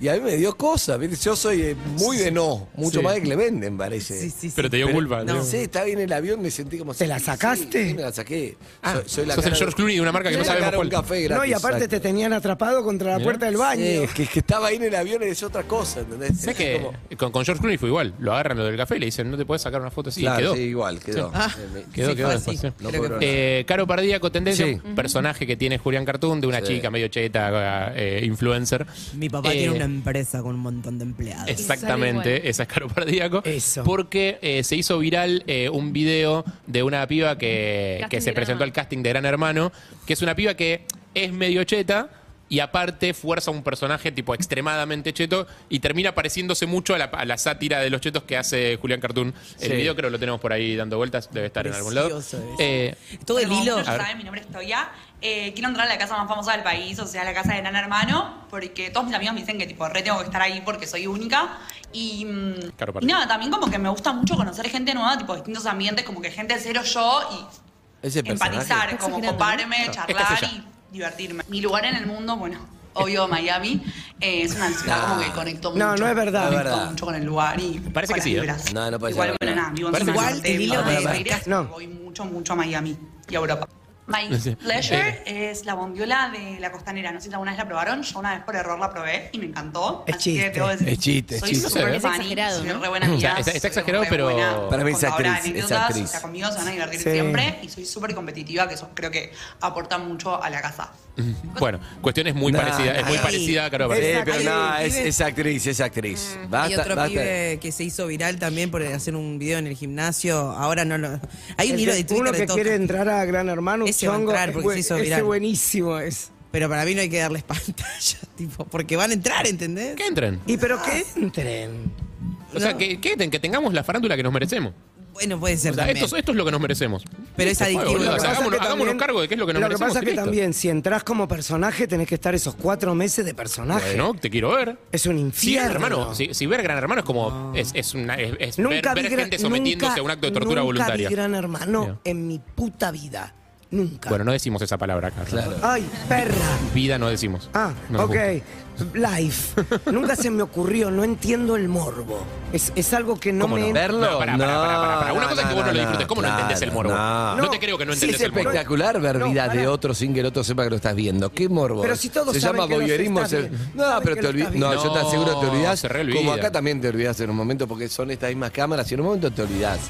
S4: Y a mí me dio cosa, ¿viste? yo soy eh, muy de no, mucho
S6: Sí.
S4: más de Clemente, me parece.
S9: Sí, sí, sí.
S6: Pero te dio culpa.
S9: no.
S6: ¿no?
S4: Sí, estaba bien en el avión, me sentí como.
S7: ¿Te la
S4: sí,
S7: sacaste?
S4: Sí, me la saqué.
S6: Ah,
S4: soy, soy la
S6: sos el
S4: cara-
S6: George Clooney de una marca que no
S4: Soy la
S6: sabemos
S4: cara de un
S6: cuál.
S4: café gratis.
S7: No, y aparte te
S4: exacto.
S7: tenían atrapado contra la
S6: Mirá.
S7: puerta del
S4: Sí,
S7: baño.
S4: es que, que estaba ahí en el avión es otra cosa, ¿entendés?
S6: Sé
S4: Es
S6: que
S4: como-
S6: con, con George Clooney fue igual. Lo agarran lo del café y le dicen, no te puedes sacar una foto así. y
S4: Claro,
S6: quedó.
S4: sí, igual, quedó.
S9: Ah,
S4: Eh, me-
S6: Quedó,
S9: Sí,
S6: quedó
S9: fue
S6: después,
S9: así.
S6: sí.
S4: No
S9: Creo que
S4: cobró
S9: fue.
S6: Eh, Caro Pardíaco, tendencia,
S4: Sí.
S6: un personaje que tiene Julián Cartoon de una
S4: Sí.
S6: chica medio cheta, eh, influencer.
S9: Mi papá
S6: Eh,
S9: tiene una empresa con un montón de empleados.
S5: Sale
S6: Exactamente, esa es Caro Pardíaco.
S7: Eso.
S6: Porque eh, se hizo viral eh, un video de una piba que,
S5: Casting
S6: que
S5: de
S6: se
S5: Gran Hermano.
S6: presentó al casting de Gran Hermano, que es una piba que es medio cheta y aparte fuerza un personaje tipo extremadamente cheto y termina pareciéndose mucho a la, a la sátira de los chetos que hace Julián Cartoon. El
S4: Sí.
S6: video creo que lo tenemos por ahí dando vueltas, debe estar en algún
S9: Precioso
S6: lado.
S9: eso.
S6: Eh,
S9: Todo el
S8: Bueno,
S9: hilo.
S8: como ustedes ya saben, mi nombre es Toya. Eh, quiero entrar a la casa más famosa del país, o sea, la casa de Nana Hermano, porque todos mis amigos me dicen que, tipo, re tengo que estar ahí porque soy única. Y, mm,
S6: Claro,
S8: y
S6: perdón.
S8: nada, también como que me gusta mucho conocer gente nueva, tipo, distintos ambientes, como que gente cero yo
S4: Ese
S8: y
S4: personaje.
S8: empatizar,
S5: Estás
S8: como
S5: exagerando,
S8: coparme,
S6: ¿no?
S8: charlar
S6: Esta es ella.
S8: y divertirme. Mi lugar en el mundo, bueno, obvio Miami, eh, es una ciudad como que conecto mucho.
S7: No, no es verdad,
S8: Conecto
S4: verdad.
S8: mucho con el lugar y
S6: Parece que
S8: con las
S6: sí, ¿eh?
S8: vibras.
S4: No, no parece
S8: Igual,
S4: verdad.
S8: bueno, nada, vivo en
S6: Parece
S8: zona
S6: que
S9: sí.
S8: norte,
S9: Igual, el hilo
S8: Buenos
S9: de-
S8: Aires,
S7: no.
S8: voy mucho, mucho a Miami y a Europa. My
S6: Sí. Eh.
S8: pleasure es la bombiola de la costanera. No sé si alguna vez la probaron. Yo una vez por error la probé y me encantó.
S7: Es
S8: Así que
S7: chiste.
S8: debo decir,
S4: Es chiste, es
S8: soy
S4: chiste.
S8: súper
S6: Es ¿eh?
S8: fan y
S5: exagerado,
S8: soy
S5: ¿no?
S8: re buena
S6: O sea,
S8: amiga,
S6: está- está
S8: soy
S6: exagerado,
S8: re
S6: pero-
S8: buena
S4: Para mí es
S8: contadora de
S4: actriz, es
S8: anécdotas,
S4: actriz.
S8: O sea, conmigo se van a divertir
S7: Sí.
S8: siempre y soy súper competitiva, que eso creo que aporta mucho a la casa.
S6: bueno, cuestiones muy
S4: Nah,
S6: parecidas. Es muy
S4: nah.
S6: parecida a Eh, Caro
S4: Sí,
S6: Pardíaco.
S7: Esa
S4: pero
S7: actriz, Mm.
S4: no, es,
S7: pibe.
S4: es actriz, es actriz.
S9: Hay
S4: Basta,
S9: otro
S4: basta.
S9: pibe Eh, que se hizo viral también por hacer un video en el gimnasio. Ahora no lo. Hay un
S7: El
S9: hilo
S7: que-
S9: de Twitter
S7: uno
S9: de
S7: que
S9: todo.
S7: quiere entrar a Gran Hermano, un
S9: Ese va a
S7: chongo,
S9: entrar porque
S7: buen-
S9: se hizo
S7: ese
S9: viral.
S7: buenísimo es.
S9: Pero para mí no hay que darles pantalla, tipo, porque van a entrar, ¿entendés?
S6: Que entren.
S7: ¿Y pero qué entren?
S6: O sea, que, que entren, que tengamos la farándula que nos merecemos.
S9: Bueno, puede ser
S6: O sea,
S9: también.
S6: esto, esto es lo que nos merecemos.
S9: Pero es
S6: Listo,
S9: adictivo.
S6: boludo,
S9: Lo
S6: o
S9: que
S6: sea,
S9: pasa es
S6: hagámonos, hagámonos
S7: también-
S6: cargo de qué es lo que nos
S7: Lo que
S6: merecemos.
S7: pasa es
S6: y
S7: que
S6: listo.
S7: también, si entras como personaje, tenés que estar esos cuatro meses de personaje.
S6: Bueno, te quiero ver.
S7: Es un
S6: Si,
S7: infierno.
S6: Gran hermano, si, si ver Gran Hermano es como. Es, es una, es, es
S7: Nunca
S6: ver, ver
S7: vi gran-
S6: gente sometiéndose
S7: nunca-
S6: a un acto de tortura
S7: nunca
S6: voluntaria.
S7: vi gran hermano
S6: Bien.
S7: en mi puta vida. Nunca.
S6: Bueno, no decimos esa palabra acá. Claro.
S7: Ay, perra.
S6: Vida no decimos.
S7: Ah,
S6: No nos
S7: ok. Life. Nunca se me ocurrió, no entiendo el morbo. Es, es algo que no
S6: ¿Cómo
S7: me.
S6: no?
S7: entra.
S4: Verlo.
S6: No, pará, pará, pará, pará, pará. Una cosa es que vos no lo disfrutes. ¿Cómo no entendés el morbo?
S4: No,
S6: No te creo que no
S4: Sí,
S6: entendés
S4: es
S6: el morbo.
S4: espectacular ver
S7: No,
S4: vida
S7: pará.
S4: de otro sin que el otro sepa que lo estás viendo. Qué morbo.
S7: Pero si todos
S4: Se
S7: saben
S4: llama
S7: que los
S4: voyeurismo.
S7: estás
S4: se-
S7: viendo.
S4: No,
S7: Saben
S4: pero
S7: que
S4: te
S7: los
S4: olvidas.
S7: estás
S4: No,
S6: viendo.
S4: yo te aseguro que te olvidás.
S6: Se reolvida.
S4: Como acá también te olvidás en un momento porque son estas mismas cámaras y en un momento te olvidás.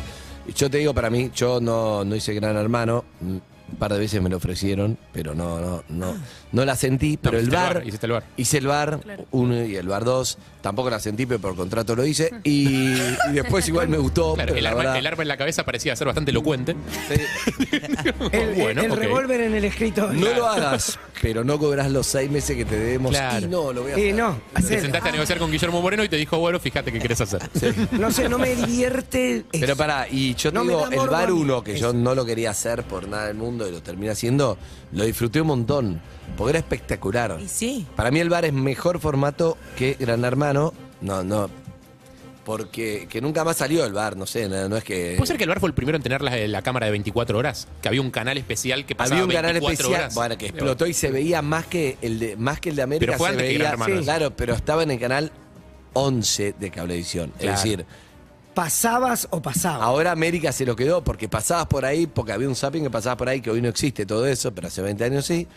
S4: Yo te digo, para mí, yo no, no hice Gran Hermano. Un par de veces me lo ofrecieron, pero no, no, no, no la sentí. Pero el
S6: hiciste el
S4: bar,
S6: bar, hiciste el bar.
S4: Hice el bar 1 y el bar 2. Tampoco la sentí, pero por contrato lo hice. Y, y después igual me gustó.
S6: Claro,
S4: pero
S6: el,
S4: la
S6: arma,
S4: verdad-
S6: el arma en la cabeza parecía ser bastante elocuente.
S7: El, el
S6: ok.
S7: revólver en el escritorio.
S4: No lo hagas, pero no cobras los seis meses que te debemos.
S6: Claro.
S4: Y no, lo voy a
S7: Y
S4: hacer.
S7: no,
S6: Te
S7: hacelo.
S6: sentaste a negociar con Guillermo Moreno y te dijo, bueno, fíjate qué querés hacer.
S7: No sé, no me divierte. eso.
S4: Pero pará, y yo te
S7: No me
S4: digo,
S7: da
S4: el
S7: morbo
S4: bar
S7: a mí.
S4: 1, que yo
S7: Eso.
S4: no lo quería hacer por nada del mundo y lo terminé haciendo, lo disfruté un montón, porque era espectacular.
S9: Y sí.
S4: Para mí el bar es mejor formato que Gran Hermano. No, no. Porque que nunca más salió el bar, no sé, no, no es que...
S6: ¿Puede ser que el bar fue el primero en tener la, la cámara de 24 horas? Que había un canal especial que pasaba
S4: Había un canal
S6: 24
S4: especial
S6: horas.
S4: bueno, que explotó y se veía más que el de, más que el de América.
S6: Pero fue
S4: se
S6: antes que
S4: veía,
S6: Gran Hermano.
S4: Sí, Claro, pero estaba en el canal 11 de Cablevisión.
S6: Claro.
S4: Es decir,
S7: ¿Pasabas o pasabas?
S4: ahora América se lo quedó porque pasabas por ahí, porque había un zapping que pasabas por ahí, que hoy no existe todo eso, pero hace 20 años sí.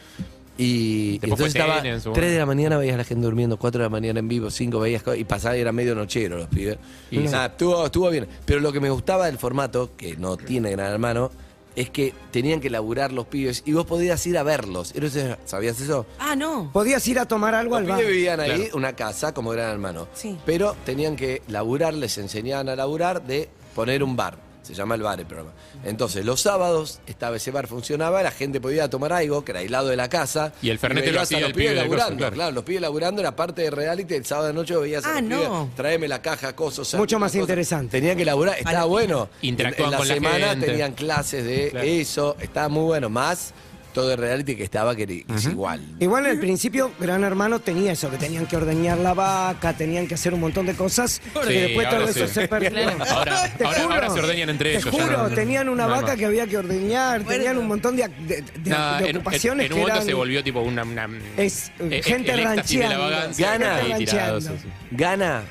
S4: Y, y entonces
S6: Después fue
S4: estaba
S6: TN en su
S4: 3 de la mañana veías a la gente durmiendo, 4 de la mañana en vivo, 5 veías co- y pasaba y era medio nochero los pibes. Y nada, estuvo, estuvo bien. Pero lo que me gustaba del formato, que no tiene gran hermano, es que tenían que laburar los pibes y vos podías ir a verlos. Entonces, ¿Sabías eso?
S9: Ah, no.
S7: Podías ir a tomar algo
S4: Los
S7: al bar.
S4: pibes vivían ahí,
S6: Claro.
S4: una casa como gran hermano.
S9: Sí.
S4: Pero tenían que laburar, les enseñaban a laburar de poner un bar. Se llama el bar el programa. Entonces, los sábados estaba ese bar, funcionaba, la gente podía tomar algo, que era aislado de la casa.
S6: Y el Fernet
S4: veías
S6: lo hacía
S4: a los
S6: el
S4: pibes
S6: pibe del coso,
S4: laburando. claro.
S6: claro.
S4: los pibes laburando era parte de reality. El sábado de noche veías a
S9: Ah,
S4: los
S9: no.
S4: pibes, tráeme la caja, cosas.
S7: Mucho
S4: cosas".
S7: más interesante.
S4: Tenían que laburar, estaba bueno.
S6: Interactuaban
S4: en, en
S6: con
S4: la
S6: la
S4: semana
S6: gente.
S4: tenían clases de
S6: Claro.
S4: eso, estaba muy bueno. Más todo el reality que estaba, que es igual.
S7: Igual al principio Gran Hermano tenía eso, que tenían que ordeñar la vaca, tenían que hacer un montón de cosas,
S6: Sí,
S7: que después
S6: ahora
S7: todo eso
S6: sí.
S7: se perdió.
S6: Ahora-
S7: Te
S6: ahora- ahora se ordeñan entre
S7: te
S6: ellos, ya
S7: juro,
S6: no-
S7: tenían una
S6: no hay
S7: vaca
S6: más.
S7: que había que ordeñar, tenían un montón de, ac- de- de-
S6: Nada,
S7: de
S6: en, en-
S7: ocupaciones
S6: en un
S7: que
S6: momento
S7: eran...
S6: se volvió tipo una. una-
S7: Es, eh,
S6: el- el
S7: gente
S6: éxtasis de la
S7: rancheando.
S6: vagancia,
S4: Gana.
S6: ahí tirados, Ah, sí, sí.
S4: Gana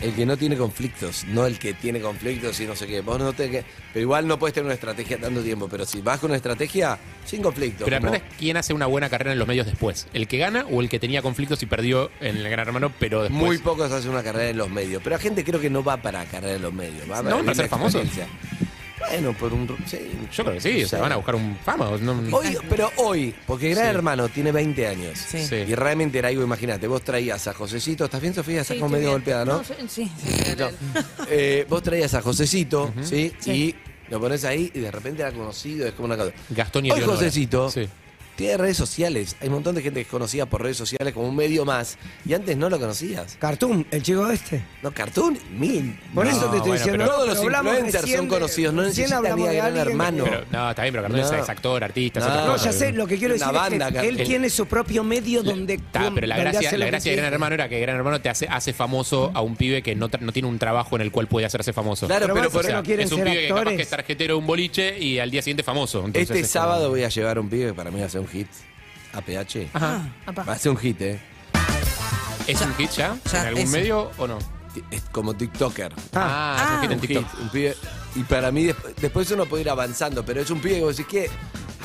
S4: el que no tiene conflictos, no el que tiene conflictos y no sé qué. Vos no te- pero igual no puedes tener una estrategia tanto tiempo, pero si vas con una estrategia, sin conflictos.
S6: Pero la
S4: como-
S6: pregunta es quién hace una buena carrera en los medios después. ¿El que gana o el que tenía conflictos y perdió en el Gran Hermano, pero después?
S4: Muy pocos hacen una carrera en los medios, pero la gente creo que no va para carrera en los medios. Va
S6: ¿No van
S4: vivir
S6: para ser
S4: la
S6: famosos?
S4: experiencia. Bueno, por un... sí,
S6: Yo creo que sí,
S4: no
S6: o sea,
S4: sé.
S6: van a buscar un fama. o No,
S4: Hoy, pero hoy, porque Gran
S6: Sí.
S4: Hermano tiene 20 años.
S9: Sí.
S6: Sí.
S4: Y realmente era algo, imagínate, vos traías a Josecito, ¿estás bien Sofía? Estás
S5: Sí,
S4: como
S5: estoy
S4: medio
S5: bien.
S4: golpeada, ¿no?
S5: sí, sí, sí,
S4: No. Eh, vos traías a Josecito, ¿sí? Y lo pones ahí y de repente era conocido, es como una cosa.
S6: Gastón y
S4: Hoy
S6: Eleonora.
S4: Josecito
S6: Sí.
S4: tiene redes sociales. Hay un montón de gente que es conocida por redes sociales como un medio más. Y antes no lo conocías.
S7: Cartoon, el chico este.
S4: No, Cartoon, mil.
S7: Por
S4: No,
S7: eso te estoy
S6: bueno,
S7: diciendo.
S6: pero-
S4: Todos los
S7: pero hablamos
S4: influencers
S7: recién
S4: son
S7: de-
S4: conocidos, no
S7: recién
S4: necesitas ni
S7: hablamos
S4: a
S7: de
S4: gran
S7: alguien que-
S4: hermano.
S6: Pero, no, está bien, pero Cartón
S4: No.
S6: es actor, artista, es
S4: No.
S6: otra
S7: No,
S6: cosa.
S7: ya sé, lo que quiero
S4: Una
S7: decir es que
S4: banda,
S7: él
S4: Cartoon.
S7: tiene su propio medio donde...
S6: Ta, pero la
S7: donde
S6: gracia,
S7: hace
S6: la
S7: lo
S6: gracia de
S7: que
S6: Gran
S7: quiere.
S6: Hermano era que Gran Hermano te hace, hace famoso a un pibe que no, tra- no tiene un trabajo en el cual puede hacerse famoso.
S4: Claro,
S7: Pero
S4: pero
S7: más o
S4: por
S7: menos
S4: o sea,
S7: quieren
S6: es un
S7: ser
S6: pibe que capaz
S7: actores.
S6: que es tarjetero de un boliche y al día siguiente famoso. Entonces
S4: este
S6: es como-
S4: sábado voy a llevar a un pibe que para mí va a ser un hit. A PH.
S5: Ah.
S6: Ajá.
S4: Va a ser un hit, ¿eh?
S6: ¿Es un hit ya?
S9: Ya,
S6: ¿En algún
S9: eso.
S6: medio o no?
S4: T- Es como TikToker.
S6: Ah, es un hit en
S4: un
S6: TikTok.
S4: hit, un pibe- y para mí, desp- después uno puede ir avanzando, pero es un pibe que vos decís que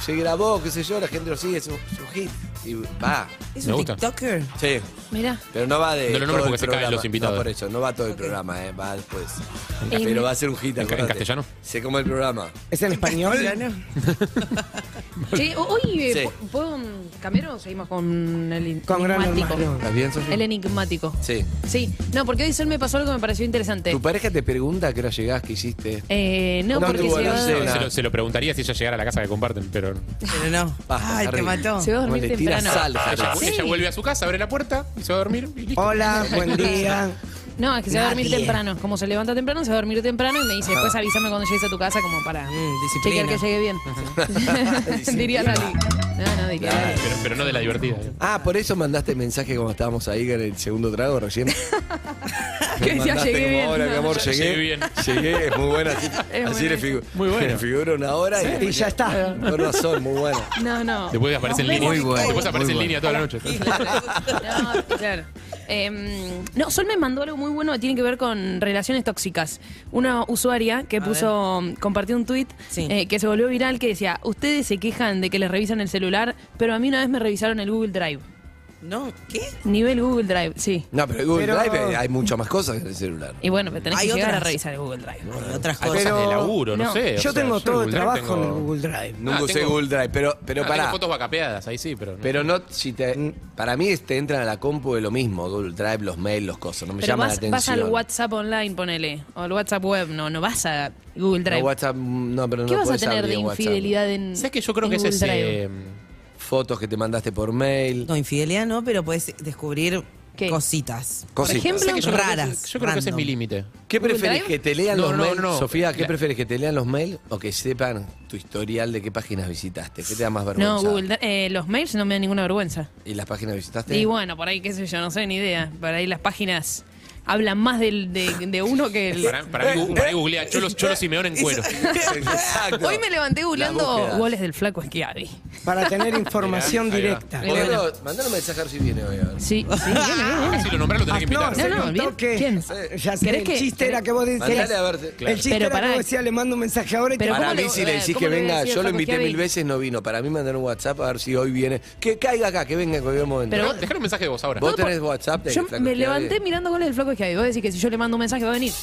S4: se grabó, qué sé yo, la gente lo sigue, es un, es un hit. Y va.
S9: ¿Es
S6: Me
S9: un
S6: gusta.
S9: TikToker?
S4: Sí.
S5: Mirá.
S4: Pero no va de.
S6: No lo nombres
S4: todo el
S6: porque se caen
S4: programa.
S6: los invitados.
S4: No por eso, no va todo el programa, eh, va después. Pero va a ser un hit.
S6: ¿En ca- en
S4: acordate.
S6: castellano?
S4: Sé cómo el programa.
S7: ¿Es en español?
S5: Che, o- hoy, eh,
S4: Sí.
S5: po- ¿puedo mm, cambiar o seguimos con el enigmático?
S7: Con Gran Hermano.
S4: ¿Estás bien, Sofía?
S5: El enigmático.
S4: Sí.
S5: Sí, no, porque hoy Sol me pasó algo que me pareció interesante.
S4: ¿Tu pareja te pregunta a qué hora llegás, qué hiciste?
S5: Eh, no,
S4: ¿Cómo
S5: porque
S4: estuvo
S5: se
S4: la
S5: va,
S4: cena?
S6: Se lo, se lo preguntaría si ella llegara a la casa que comparten, pero.
S9: Pero no.
S4: Basta,
S9: Ay, te
S4: terrible.
S9: mató.
S5: se va a
S4: ¿Cómo
S5: dormir
S4: le tiras
S5: temprano.
S4: sal,
S6: Ella,
S4: Jara?
S5: Sí.
S6: ella vuelve a su casa, abre la puerta y se va a dormir y listo.
S7: Hola, buen día.
S5: No, es que se va a dormir
S9: Nadie.
S5: temprano. Como se levanta temprano, se va a dormir temprano y me dice,
S4: Ah.
S5: después avísame cuando llegues a tu casa como
S9: Mm,
S5: para chequear
S9: disciplina.
S5: que llegue bien. diría Lali. No, no, diría Lali.
S6: Pero, pero no de la divertida. ¿eh?
S4: Ah, por eso mandaste mensaje cuando estábamos ahí en el segundo trago recién.
S5: Que decía,
S4: Mandaste
S5: llegué
S4: como,
S5: bien.
S4: Hola, mi amor,
S6: Ya
S4: llegué.
S6: llegué bien".
S4: Llegué, es muy buena. Así,
S5: Es
S4: así le
S5: buena
S4: figu-
S6: Muy buena.
S4: le figura una hora
S7: Y ya está.
S4: Con razón, muy buena.
S5: No, no.
S6: Después aparece en línea.
S4: Muy bueno,
S6: Después aparece
S4: muy
S6: en línea toda la noche.
S5: No, claro. Em, no, Sol me mandó algo muy bueno que tiene que ver con relaciones tóxicas. Una usuaria que puso, compartió un tweet
S9: Sí.
S5: que se volvió viral que decía, ustedes se quejan de que les revisan el celular, pero a mí una vez me revisaron el Google Drive.
S9: No, ¿qué?
S5: Nivel Google Drive, sí.
S4: No, pero en Google
S7: Pero-
S4: Drive eh, hay muchas más cosas que en el celular.
S6: Ah,
S5: Y bueno, pero tenés
S9: Hay
S5: que llegar
S9: otras.
S5: a revisar el Google Drive.
S9: Hay otras
S6: Hay
S9: cosas.
S6: cosas de laburo, no,
S5: no,
S6: sé. o
S7: Yo
S6: sea,
S7: tengo
S6: en
S7: todo el
S6: Google Drive
S7: trabajo en
S6: tengo-
S7: el Google Drive.
S4: Nunca
S6: Ah,
S4: usé
S6: tengo-
S4: Google Drive, pero, pero
S6: Ah,
S4: pará.
S6: Tengo fotos vacapeadas, ahí sí, pero. no.
S4: Pero no, si te, para mí te entran a la compu de lo mismo, Google Drive, los mails, los cosas, no me
S5: Pero
S4: llama la
S5: vas,
S4: atención.
S5: vas al WhatsApp online, ponele, o al WhatsApp web, no, no vas a Google Drive.
S4: No, WhatsApp, no, pero
S5: ¿Qué
S4: no
S5: vas a
S4: podés
S5: tener
S4: abrir
S5: de
S4: WhatsApp.
S5: infidelidad en
S6: ¿Sabes que yo creo
S5: en
S6: que es eh,
S5: Google
S6: ese.
S5: Drive?
S4: Fotos que te mandaste por mail,
S9: No, infidelidad no, pero puedes descubrir
S5: ¿Qué?
S9: cositas.
S5: Por
S4: cositas.
S5: ejemplo,
S9: Sé que yo creo que
S6: Yo
S9: raras.
S6: creo que ese es mi límite.
S4: ¿Qué
S5: ¿Google
S4: prefieres?
S5: Drive?
S4: ¿Que te lean
S6: No,
S4: los
S6: no,
S4: mails?
S6: no.
S4: Sofía, ¿qué
S6: La-
S4: prefieres? ¿Que te lean los mails o que sepan tu historial de qué páginas visitaste? ¿Qué te da más vergüenza?
S5: no, Google, Drive- eh, los mails no me dan ninguna vergüenza.
S4: ¿Y las páginas visitaste?
S5: Y bueno, por ahí, qué sé yo, no sé, ni idea. Por ahí las páginas habla más del, de, de uno que el.
S6: Para, para, mí, para mí googlea Cholo, Cholo Simeone en cuero.
S4: Exacto.
S5: Hoy me levanté googleando
S4: búsqueda.
S5: goles del flaco Esquiavi.
S7: Para tener información
S6: Mirá, ahí va.
S7: directa.
S4: Gordo, mandale un mensaje a ver si viene hoy. a ver.
S5: Sí, sí, viene, viene,
S6: Ah,
S5: viene.
S6: Si lo nombrás, lo tenés que
S7: Ah,
S6: invitar.
S7: no, se
S5: No, no,
S7: notó
S5: bien.
S7: que-
S5: ¿Quién?
S7: Eh, Ya sé,
S5: ¿Querés
S7: el
S5: que-
S7: chiste era que vos decías.
S4: Mandale a verte.
S6: Claro.
S7: El chiste
S5: Pero
S7: era que
S5: pará.
S7: vos decías, le mando un mensaje ahora y te
S5: Pero
S7: mando
S5: ¿cómo
S4: Para
S5: le-
S4: mí, si le
S5: eh,
S4: decís
S5: cómo
S4: que
S5: le voy a
S4: venga,
S5: decir
S4: yo
S5: a
S4: lo
S5: Flaco
S4: invité
S5: Schiavi?
S4: mil veces, no vino. Para mí, mandar un WhatsApp a ver si hoy viene. Que caiga acá, que venga en cualquier momento.
S5: Pero-
S6: Dejar un mensaje de vos ahora.
S4: ¿Vos tenés WhatsApp de
S5: Yo
S4: Flaco
S5: me
S4: Schiavi?
S5: levanté mirando goles del flaco Esquiavi. Vos decís que si yo le mando un mensaje va a venir.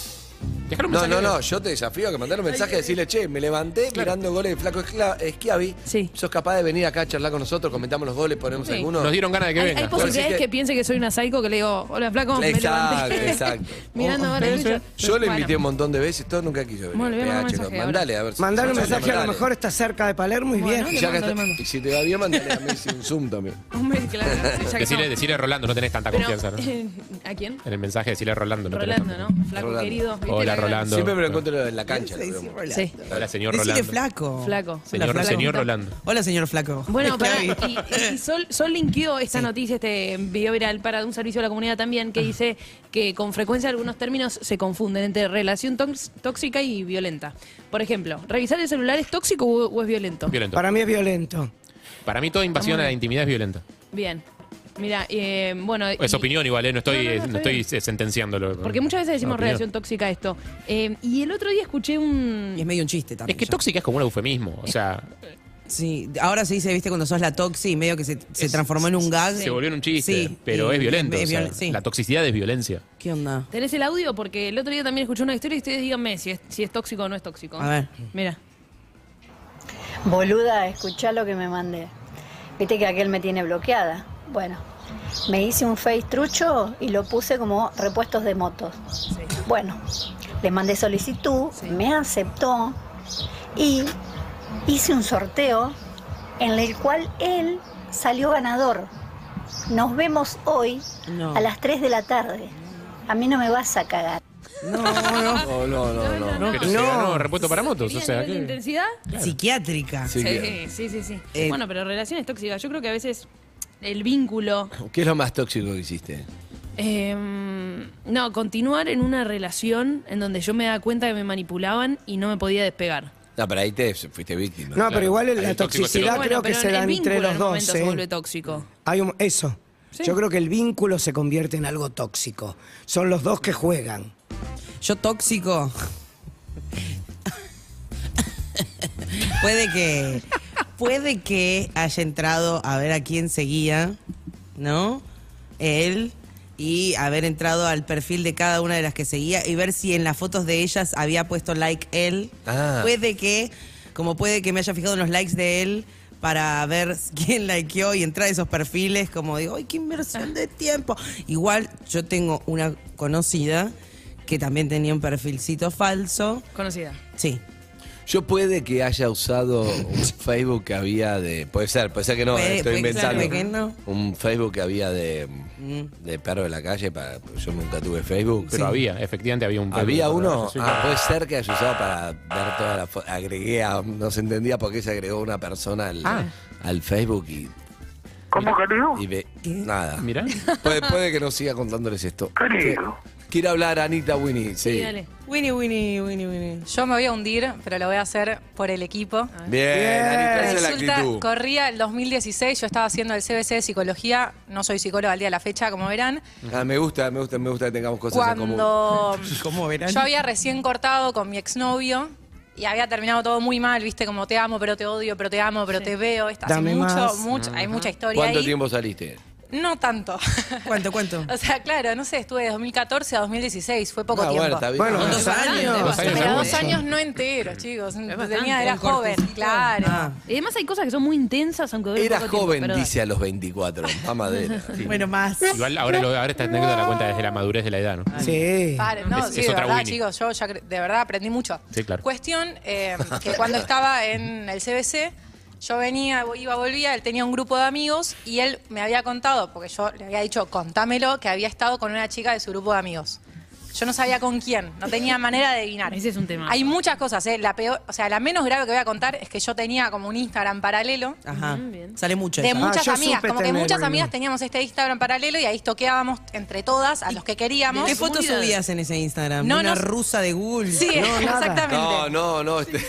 S6: Dejar un
S4: No,
S6: mensaje
S4: no,
S6: de-
S4: no, yo te desafío a que mandar un mensaje y decirle, che, me levanté mirando goles de Flaco Escla- Esquiavi.
S5: Sí.
S4: ¿Sos capaz de venir acá a charlar con nosotros? Comentamos los goles, ponemos
S5: Sí.
S4: algunos.
S6: Nos dieron ganas de que
S5: hay, hay
S6: venga.
S5: posibilidades
S4: Así que-
S5: que... piense que soy una psycho que le digo, hola flaco, me
S4: Exacto,
S5: levanté.
S4: exacto.
S5: Mirando ahora el bicho.
S4: Yo le
S5: Bueno.
S4: invité un montón de veces, todo nunca quiso venir.
S5: Bueno, le voy a mandar
S4: Ah,
S5: un
S4: chicos,
S5: mensaje ahora.
S4: mandale, a ver si-
S7: Mandar un
S4: mandale,
S7: mensaje, a lo
S4: mandale.
S7: mejor está cerca de Palermo y
S5: Bueno,
S7: bien.
S4: Y, ya que
S5: Le mando,
S4: está-
S5: le mando.
S4: y si te va bien, mandale a Messi un Zoom también.
S5: Hombre, claro, sí, ya que
S6: Decirle,
S5: estamos.
S6: decirle a Rolando, no tenés tanta
S5: Pero,
S6: confianza, ¿no?
S5: ¿A quién?
S6: En el mensaje, decirle a Rolando. No tenés
S5: Rolando,
S6: tanta-
S5: ¿no? Flaco
S4: Rolando.
S5: querido. ¿viste
S6: Hola,
S5: la-
S6: Rolando.
S4: Siempre me lo
S6: No.
S4: encuentro en la cancha. lo
S9: Sí,
S4: vemos.
S9: sí, Rolando.
S5: Sí.
S6: Hola, señor
S9: Decile
S6: Rolando.
S9: flaco.
S5: Flaco.
S6: Señor,
S5: Hola, flaco.
S6: señor Rolando.
S9: Hola, señor flaco.
S5: Bueno, pará,
S9: Esclavi.
S5: y, y- y Sol, Sol linkeó esta noticia, este video viral para un servicio a la comunidad también,
S9: Ah.
S5: que dice que con frecuencia algunos términos se confunden entre relación tóx- tóxica y violenta. Por ejemplo, ¿revisar el celular es tóxico o, o es violento?
S6: Violento. Para,
S7: Para mí es violento.
S6: mí toda invasión a la intimidad es violenta.
S5: Bien. Mira, eh, bueno...
S6: Es
S5: y-
S6: opinión igual, ¿eh? no estoy,
S5: No, no, no,
S6: eh,
S5: está
S6: no estoy,
S5: bien.
S6: eh, sentenciándolo.
S5: Porque muchas veces decimos
S6: Opinión.
S5: relación tóxica a esto. Eh, y el otro día escuché
S9: Y es
S5: un...
S9: medio un chiste
S6: Es
S9: también.
S6: que
S9: ya.
S6: tóxica es como un eufemismo. O sea,
S9: Sí, ahora se dice, viste, cuando sos la toxi y medio que se, se transformó en un gag.
S6: se volvió en un chiste,
S9: Sí,
S6: pero
S9: y-
S6: es violento.
S9: es
S6: o sea,
S9: violen- sí.
S6: La toxicidad es violencia.
S9: ¿Qué onda?
S5: ¿Tenés el audio? Porque el otro día también escuché una historia y ustedes díganme si es, si es tóxico o no es tóxico.
S9: A ver.
S5: Mira.
S10: Boluda, escuchá lo que me mandé. Viste que aquel me tiene bloqueada. Bueno, me hice un face trucho y lo puse como repuestos de motos. Bueno, le mandé solicitud,
S5: Sí.
S10: me aceptó y hice un sorteo en el cual él salió ganador. Nos vemos hoy
S9: No.
S10: a las 3 de la tarde. A mí no me vas a cagar.
S9: No, no.
S4: No, no, no, no.
S6: No, pero se
S7: no.
S6: ganó repuesto para motos. O
S5: ¿Sería
S6: sea,
S5: nivel de
S6: que-
S5: intensidad?
S9: Psiquiátrica.
S4: Sí, que-
S5: Sí, sí, sí. sí.
S9: Eh,
S5: bueno, pero relaciones tóxicas. Yo creo que a veces el vínculo.
S4: ¿Qué es lo más tóxico que hiciste?
S5: eh, no, continuar en una relación en donde yo me daba cuenta que me manipulaban y no me podía despegar.
S4: No, pero ahí te fuiste víctima.
S7: No, pero igual
S6: Ahí
S7: la
S6: el tóxico es el
S7: toxicidad
S6: otro.
S7: Ah, creo que
S5: pero
S7: se
S5: el
S7: da
S5: vínculo
S7: entre
S5: en
S7: los
S5: un
S7: dos.
S5: momento se
S7: ¿eh?
S5: vuelve tóxico.
S7: Hay un- eso.
S5: Sí.
S7: Yo creo que el vínculo se convierte en algo tóxico. Son los dos que juegan.
S9: Yo tóxico. puede que. Puede que haya entrado a ver a quién seguía, ¿no? Él. Y haber entrado al perfil de cada una de las que seguía y ver si en las fotos de ellas había puesto like él.
S4: Ah.
S9: Puede que, como puede que me haya fijado en los likes de él para ver quién likeó y entrar a esos perfiles, como digo, ¡ay, qué inversión de tiempo! Igual yo tengo una conocida que también tenía un perfilcito falso.
S5: Conocida.
S9: Sí,
S4: Yo puede que haya usado un Facebook que había de. Puede ser, puede ser que no, eh,
S9: Puede-
S4: estoy
S9: puede que sea,
S4: inventando.
S9: puede que no. Mm.
S4: Un Facebook que había de, de perro de la calle. Para, pues yo nunca tuve Facebook.
S6: Pero había, efectivamente había un.
S4: Había uno,
S6: Sí,
S4: ah, puede ser que haya usado para ver toda la fo- Agregué a. No se entendía por qué se agregó una persona al,
S9: Ah.
S4: al Facebook y.
S11: ¿Cómo querido?
S4: y ve- nada.
S6: Mirá.
S4: Puede, puede que no siga contándoles esto.
S11: Querido.
S4: Quiero hablar a Anita Winnie. Sí.
S5: Sí, dale.
S9: Winnie, Winnie, Winnie, Winnie.
S10: Yo me voy a hundir, pero lo voy a hacer por el equipo.
S4: Bien, Anita, esa es la
S10: Resulta,
S4: actitud.
S10: corría el 2016, yo estaba haciendo el CBC de psicología, no soy psicóloga al día de la fecha, como verán.
S4: Ah, me gusta, me gusta, me gusta que tengamos cosas en común.
S10: Cuando
S9: ¿Cómo verán?
S10: yo había recién cortado con mi exnovio y había terminado todo muy mal, viste, como te amo, pero te odio, pero te amo, pero te veo. Está hace
S7: Dame
S10: mucho,
S7: más.
S10: mucho, hay mucha historia
S4: ¿Cuánto
S10: ahí.
S4: tiempo saliste?
S10: No tanto.
S9: ¿Cuánto, cuánto?
S10: o sea, claro, no sé, estuve de 2014 a 2016, fue poco
S4: Ah,
S10: tiempo.
S4: bueno, está bien.
S7: Bueno,
S4: Ah,
S9: Con dos años.
S6: Dos años.
S10: Pero
S6: Claro.
S10: dos años no enteros, chicos. Tenía,
S5: bastante,
S10: era
S9: un
S10: joven,
S9: cortecito.
S10: claro.
S9: Ah.
S5: Y además hay cosas que son muy intensas, aunque dure
S4: Era
S5: poco tiempo,
S4: joven,
S5: pero dale.
S4: dice a los 24. Mamadera.
S9: Bueno, más.
S6: Igual ahora, lo, ahora esta anécdota la cuenta desde la madurez de la edad, ¿no?
S7: Sí. Ah,
S10: Paren, no,
S6: Es-
S10: sí,
S6: es
S10: de
S6: otra
S10: verdad,
S6: Winnie.
S10: chicos, yo ya cre- de verdad aprendí mucho.
S6: Sí, claro.
S12: Pues,
S10: Cuestión eh, que cuando estaba en el CBC, yo venía, iba, volvía, él tenía un grupo de amigos y él me había contado, porque yo le había dicho, contámelo, que había estado con una chica de su grupo de amigos.
S12: Yo no sabía con quién, no tenía manera de adivinar.
S5: Ese es un tema.
S12: Hay muchas cosas, ¿eh? La peor, o sea, la menos grave que voy a contar es que yo tenía como un Instagram paralelo.
S9: Ajá.
S5: Mm,
S9: Sale mucho
S12: De
S9: eso.
S12: muchas
S9: Ah, yo
S12: amigas,
S9: supe
S12: como que
S9: tener
S12: muchas
S9: uno.
S12: amigas teníamos este Instagram paralelo y ahí toqueábamos entre todas a los que queríamos.
S9: ¿Qué fotos subías en ese Instagram?
S12: No,
S9: Una
S12: no-
S9: rusa de Google.
S12: Sí,
S9: No, nada.
S12: exactamente.
S4: No, no, no. este-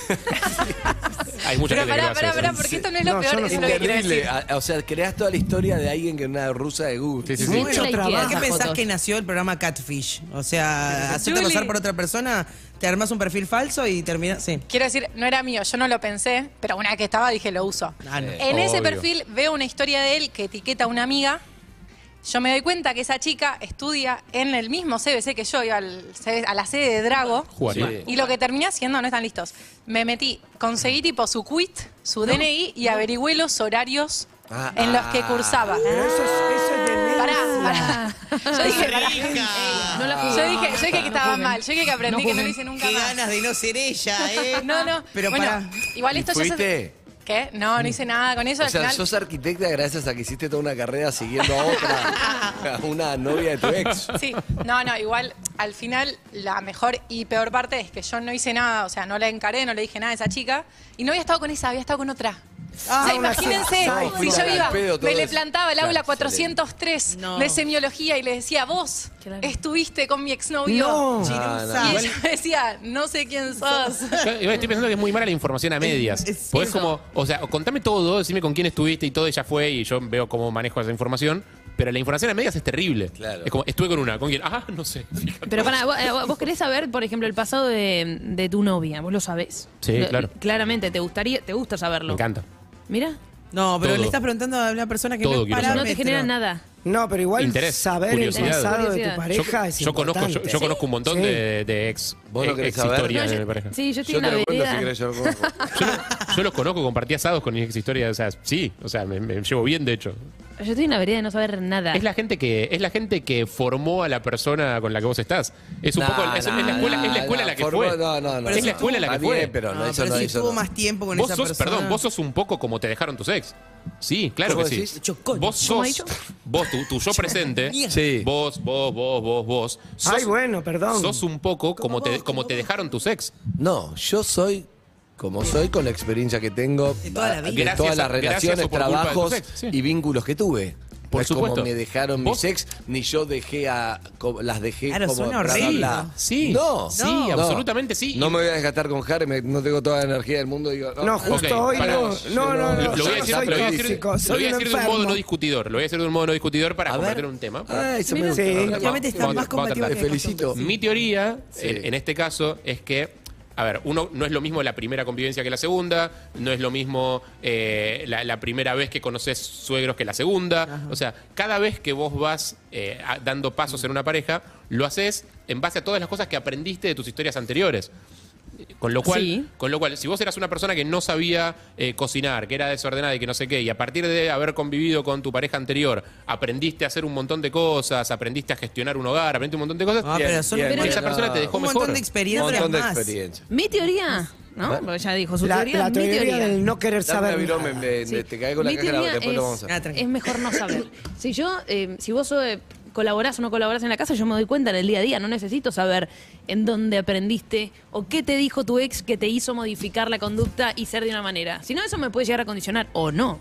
S6: Hay mucha
S12: Pero
S6: gente
S12: pará,
S6: que lo hace
S12: pará,
S6: eso.
S12: pará, porque esto no es lo
S4: No,
S12: peor,
S4: yo no
S12: eso
S4: sé.
S12: es lo que quiero
S4: Terrible.
S12: decir.
S4: A- O sea, creás toda la historia de alguien que es una rusa de Google.
S6: Sí,
S9: Mucho trabajo. ¿Qué pensás
S4: fotos.
S9: que nació el programa Catfish? O sea, hacerte
S12: Juli.
S9: pasar por otra persona, te armás un perfil falso y terminás. Sí.
S12: Quiero decir, no era mío, yo no lo pensé, pero una vez que estaba dije, lo uso.
S9: Ah, no.
S12: En ese perfil veo una historia de él que etiqueta a una amiga. Yo me doy cuenta que esa chica estudia en el mismo CBC que yo, iba al CBC a la sede de Drago.
S6: Jugaría.
S12: Y lo que terminé haciendo, no están listos, me metí, conseguí tipo su quit, su DNI y averigüé los horarios
S4: Ah,
S12: en los que
S4: ah.
S12: cursaba.
S7: Eso es, eso es demencia.
S12: Pará, pará. Yo dije, pará.
S5: No la
S12: Yo dije, yo dije que estaba mal, yo dije que aprendí
S5: No
S12: que no lo
S5: juzguen.
S12: hice nunca
S9: Qué
S12: más.
S9: ganas de no ser ella, ¿eh?
S12: No, no.
S9: Pero
S12: bueno,
S9: pará.
S12: igual
S4: ¿Y
S12: esto ya se...
S4: fuiste? Mm.
S12: ¿Qué? No, no hice nada con eso.
S4: O
S12: al
S4: sea,
S12: final,
S4: sos arquitecta gracias a que hiciste toda una carrera siguiendo a otra, a una novia de tu ex.
S12: Sí, no, no, igual al final la mejor y peor parte es que yo no hice nada, o sea, no la encaré, no le dije nada a esa chica y no había estado con esa, había estado con otra.
S9: Ah,
S12: o sea,
S9: una
S12: imagínense,
S9: sensación.
S4: Ay,
S12: si
S4: fuiste
S12: yo
S4: al
S12: iba,
S4: pedo todo
S12: me le
S4: eso.
S12: plantaba el
S4: Claro,
S12: aula
S4: excelente.
S12: 403
S9: No.
S12: de semiología y le decía, vos este
S5: Claro.
S12: estuviste con mi exnovio.
S7: No.
S4: Ah, no.
S12: Y ella me decía, no sé quién sos.
S6: Yo igual estoy pensando que es muy mala la información a medias.
S9: Es- es
S6: Podés
S9: eso.
S6: como, o sea, o contame todo, decime con quién estuviste y todo, ella fue y yo veo cómo manejo esa información, pero la información a medias es terrible.
S4: Claro.
S6: Es como, estuve con una, ¿con quién? Ah, no sé. Fíjate.
S5: Pero para, vos, eh, vos querés saber, por ejemplo, el pasado de, de tu novia, vos lo sabés.
S6: Sí,
S5: Lo-
S6: claro.
S5: Claramente, te gustaría, te gusta saberlo.
S6: Me encanta.
S5: Mira,
S9: No, pero
S6: Todo.
S9: le estás preguntando a una persona que
S6: Todo
S9: no es
S6: quiero
S5: no,
S6: saber.
S5: no te
S9: parámetro.
S5: genera nada.
S7: No, pero igual
S6: Interés,
S7: saber
S6: curiosidad.
S7: el pasado de tu
S5: Curiosidad.
S6: Yo,
S7: pareja es
S6: yo conozco, yo,
S7: importante.
S6: yo conozco un montón
S7: Sí.
S6: de, de ex,
S4: Vos no
S6: ex-
S4: querés
S6: ex
S4: saber.
S6: historias
S5: No,
S6: de
S5: yo-
S6: mi pareja.
S5: Sí, yo estoy
S4: Yo
S5: en
S4: te
S5: la
S4: lo cuento si
S5: vereda.
S4: querés, yo lo conozco.
S6: Yo, no- yo los conozco, compartí asados con mi ex historia, o sea, sí, o sea, me- me llevo bien, de hecho.
S5: Yo estoy en la vereda de no saber nada.
S6: Es la gente que es la gente que formó a la persona con la que vos estás. Es un
S4: No,
S6: poco es,
S4: no,
S6: es la escuela,
S4: no,
S6: es la escuela
S4: no,
S6: la que
S4: formó- no,
S6: fue.
S4: no, no.
S6: es la
S4: Pero
S6: escuela la que
S4: está
S6: fue.
S4: bien, pero
S12: Ah,
S4: no,
S9: No,
S4: eso
S9: pero
S4: no,
S9: si
S4: eso
S9: estuvo
S4: no.
S9: más tiempo con
S6: vos
S9: esa
S6: sos,
S9: persona.
S6: perdón, vos sos un poco como te dejaron tus ex. Sí, claro
S4: ¿Cómo
S6: que sí.
S4: decís?
S7: Chocó.
S6: Vos
S5: ¿Cómo ha dicho?
S6: sos, vos, tu, tu yo presente,
S4: Sí.
S6: vos, vos, vos, vos, vos. Sos,
S7: Ay, bueno, perdón.
S6: sos un poco como te, como te dejaron tus ex.
S4: No, yo soy como soy con la experiencia que tengo
S9: De toda la vida.
S4: de
S6: Gracias
S4: todas
S6: a-
S4: las
S6: gracias o
S4: relaciones,
S6: por culpa de
S4: trabajos
S6: tus ex, sí.
S4: y vínculos que tuve.
S6: Por
S4: No es
S6: supuesto.
S4: como me dejaron
S6: Vos-
S4: mis ex, ni yo dejé a. co- las dejé
S9: Claro,
S4: como.
S9: suena
S4: bla, bla,
S9: horrible.
S4: bla.
S6: Sí,
S4: No,
S6: sí,
S4: no.
S6: absolutamente sí.
S4: No me voy a desgastar con Harry, me- no tengo toda la energía del mundo. Digo,
S7: No, justo
S6: Ok,
S7: hoy
S6: pará.
S7: no. No, no,
S6: Lo,
S7: no.
S6: lo
S7: yo
S6: voy a
S7: no
S6: decir,
S7: soy
S6: lo voy a decir-
S7: tóxico,
S6: lo
S7: soy
S6: voy a
S7: un
S6: decir de un modo
S7: enfermo.
S6: no discutidor. Lo voy a decir de un modo no discutidor para
S4: A ver.
S6: convertirlo en un tema.
S4: Ah, eso me
S7: Mira.
S4: gusta.
S7: Sí.
S4: Ahora
S6: Vamos,
S9: Últimamente estás
S6: vamos,
S9: más
S6: vamos a
S9: combativo
S6: tratar.
S9: que
S4: Te felicito.
S6: Mi teoría,
S4: Sí.
S6: en, en este caso, es que, a ver, uno no es lo mismo la primera convivencia que la segunda, no es lo mismo eh, la, la primera vez que conoces suegros que la segunda. O sea, cada vez que vos vas eh, a- dando pasos en una pareja, lo haces en base a todas las cosas que aprendiste de tus historias anteriores. Con lo cual,
S5: Sí.
S6: con lo cual, si vos eras una persona que no sabía eh, cocinar, que era desordenada y que no sé qué, y a partir de haber convivido con tu pareja anterior, aprendiste a hacer un montón de cosas, aprendiste a gestionar un hogar, aprendiste un montón de cosas,
S9: Ah, pero son
S4: Bien,
S9: un
S5: bien,
S6: esa
S5: no.
S6: persona te dejó
S9: un
S6: mejor.
S9: montón de
S4: Un
S9: experiencias
S4: montón de
S9: más.
S4: experiencia.
S5: Mi teoría, ¿no?
S4: Bueno.
S5: Porque ya dijo su
S7: La,
S5: teoría,
S7: la
S5: mi
S7: teoría
S5: teoría.
S7: del no querer
S4: Dame la
S7: saber.
S4: virome,
S7: nada.
S4: me- me- te caes con la
S5: Mi
S4: cajera,
S5: teoría
S4: después
S5: es,
S4: lo vamos a hacer.
S9: Ah, tranquilo.
S5: es mejor no saber. Si yo, eh, si vos eh, colaborás o no colaborás en la casa, yo me doy cuenta en el día a día. No necesito saber en dónde aprendiste o qué te dijo tu ex que te hizo modificar la conducta y ser de una manera. Si no, eso me puede llegar a condicionar o no.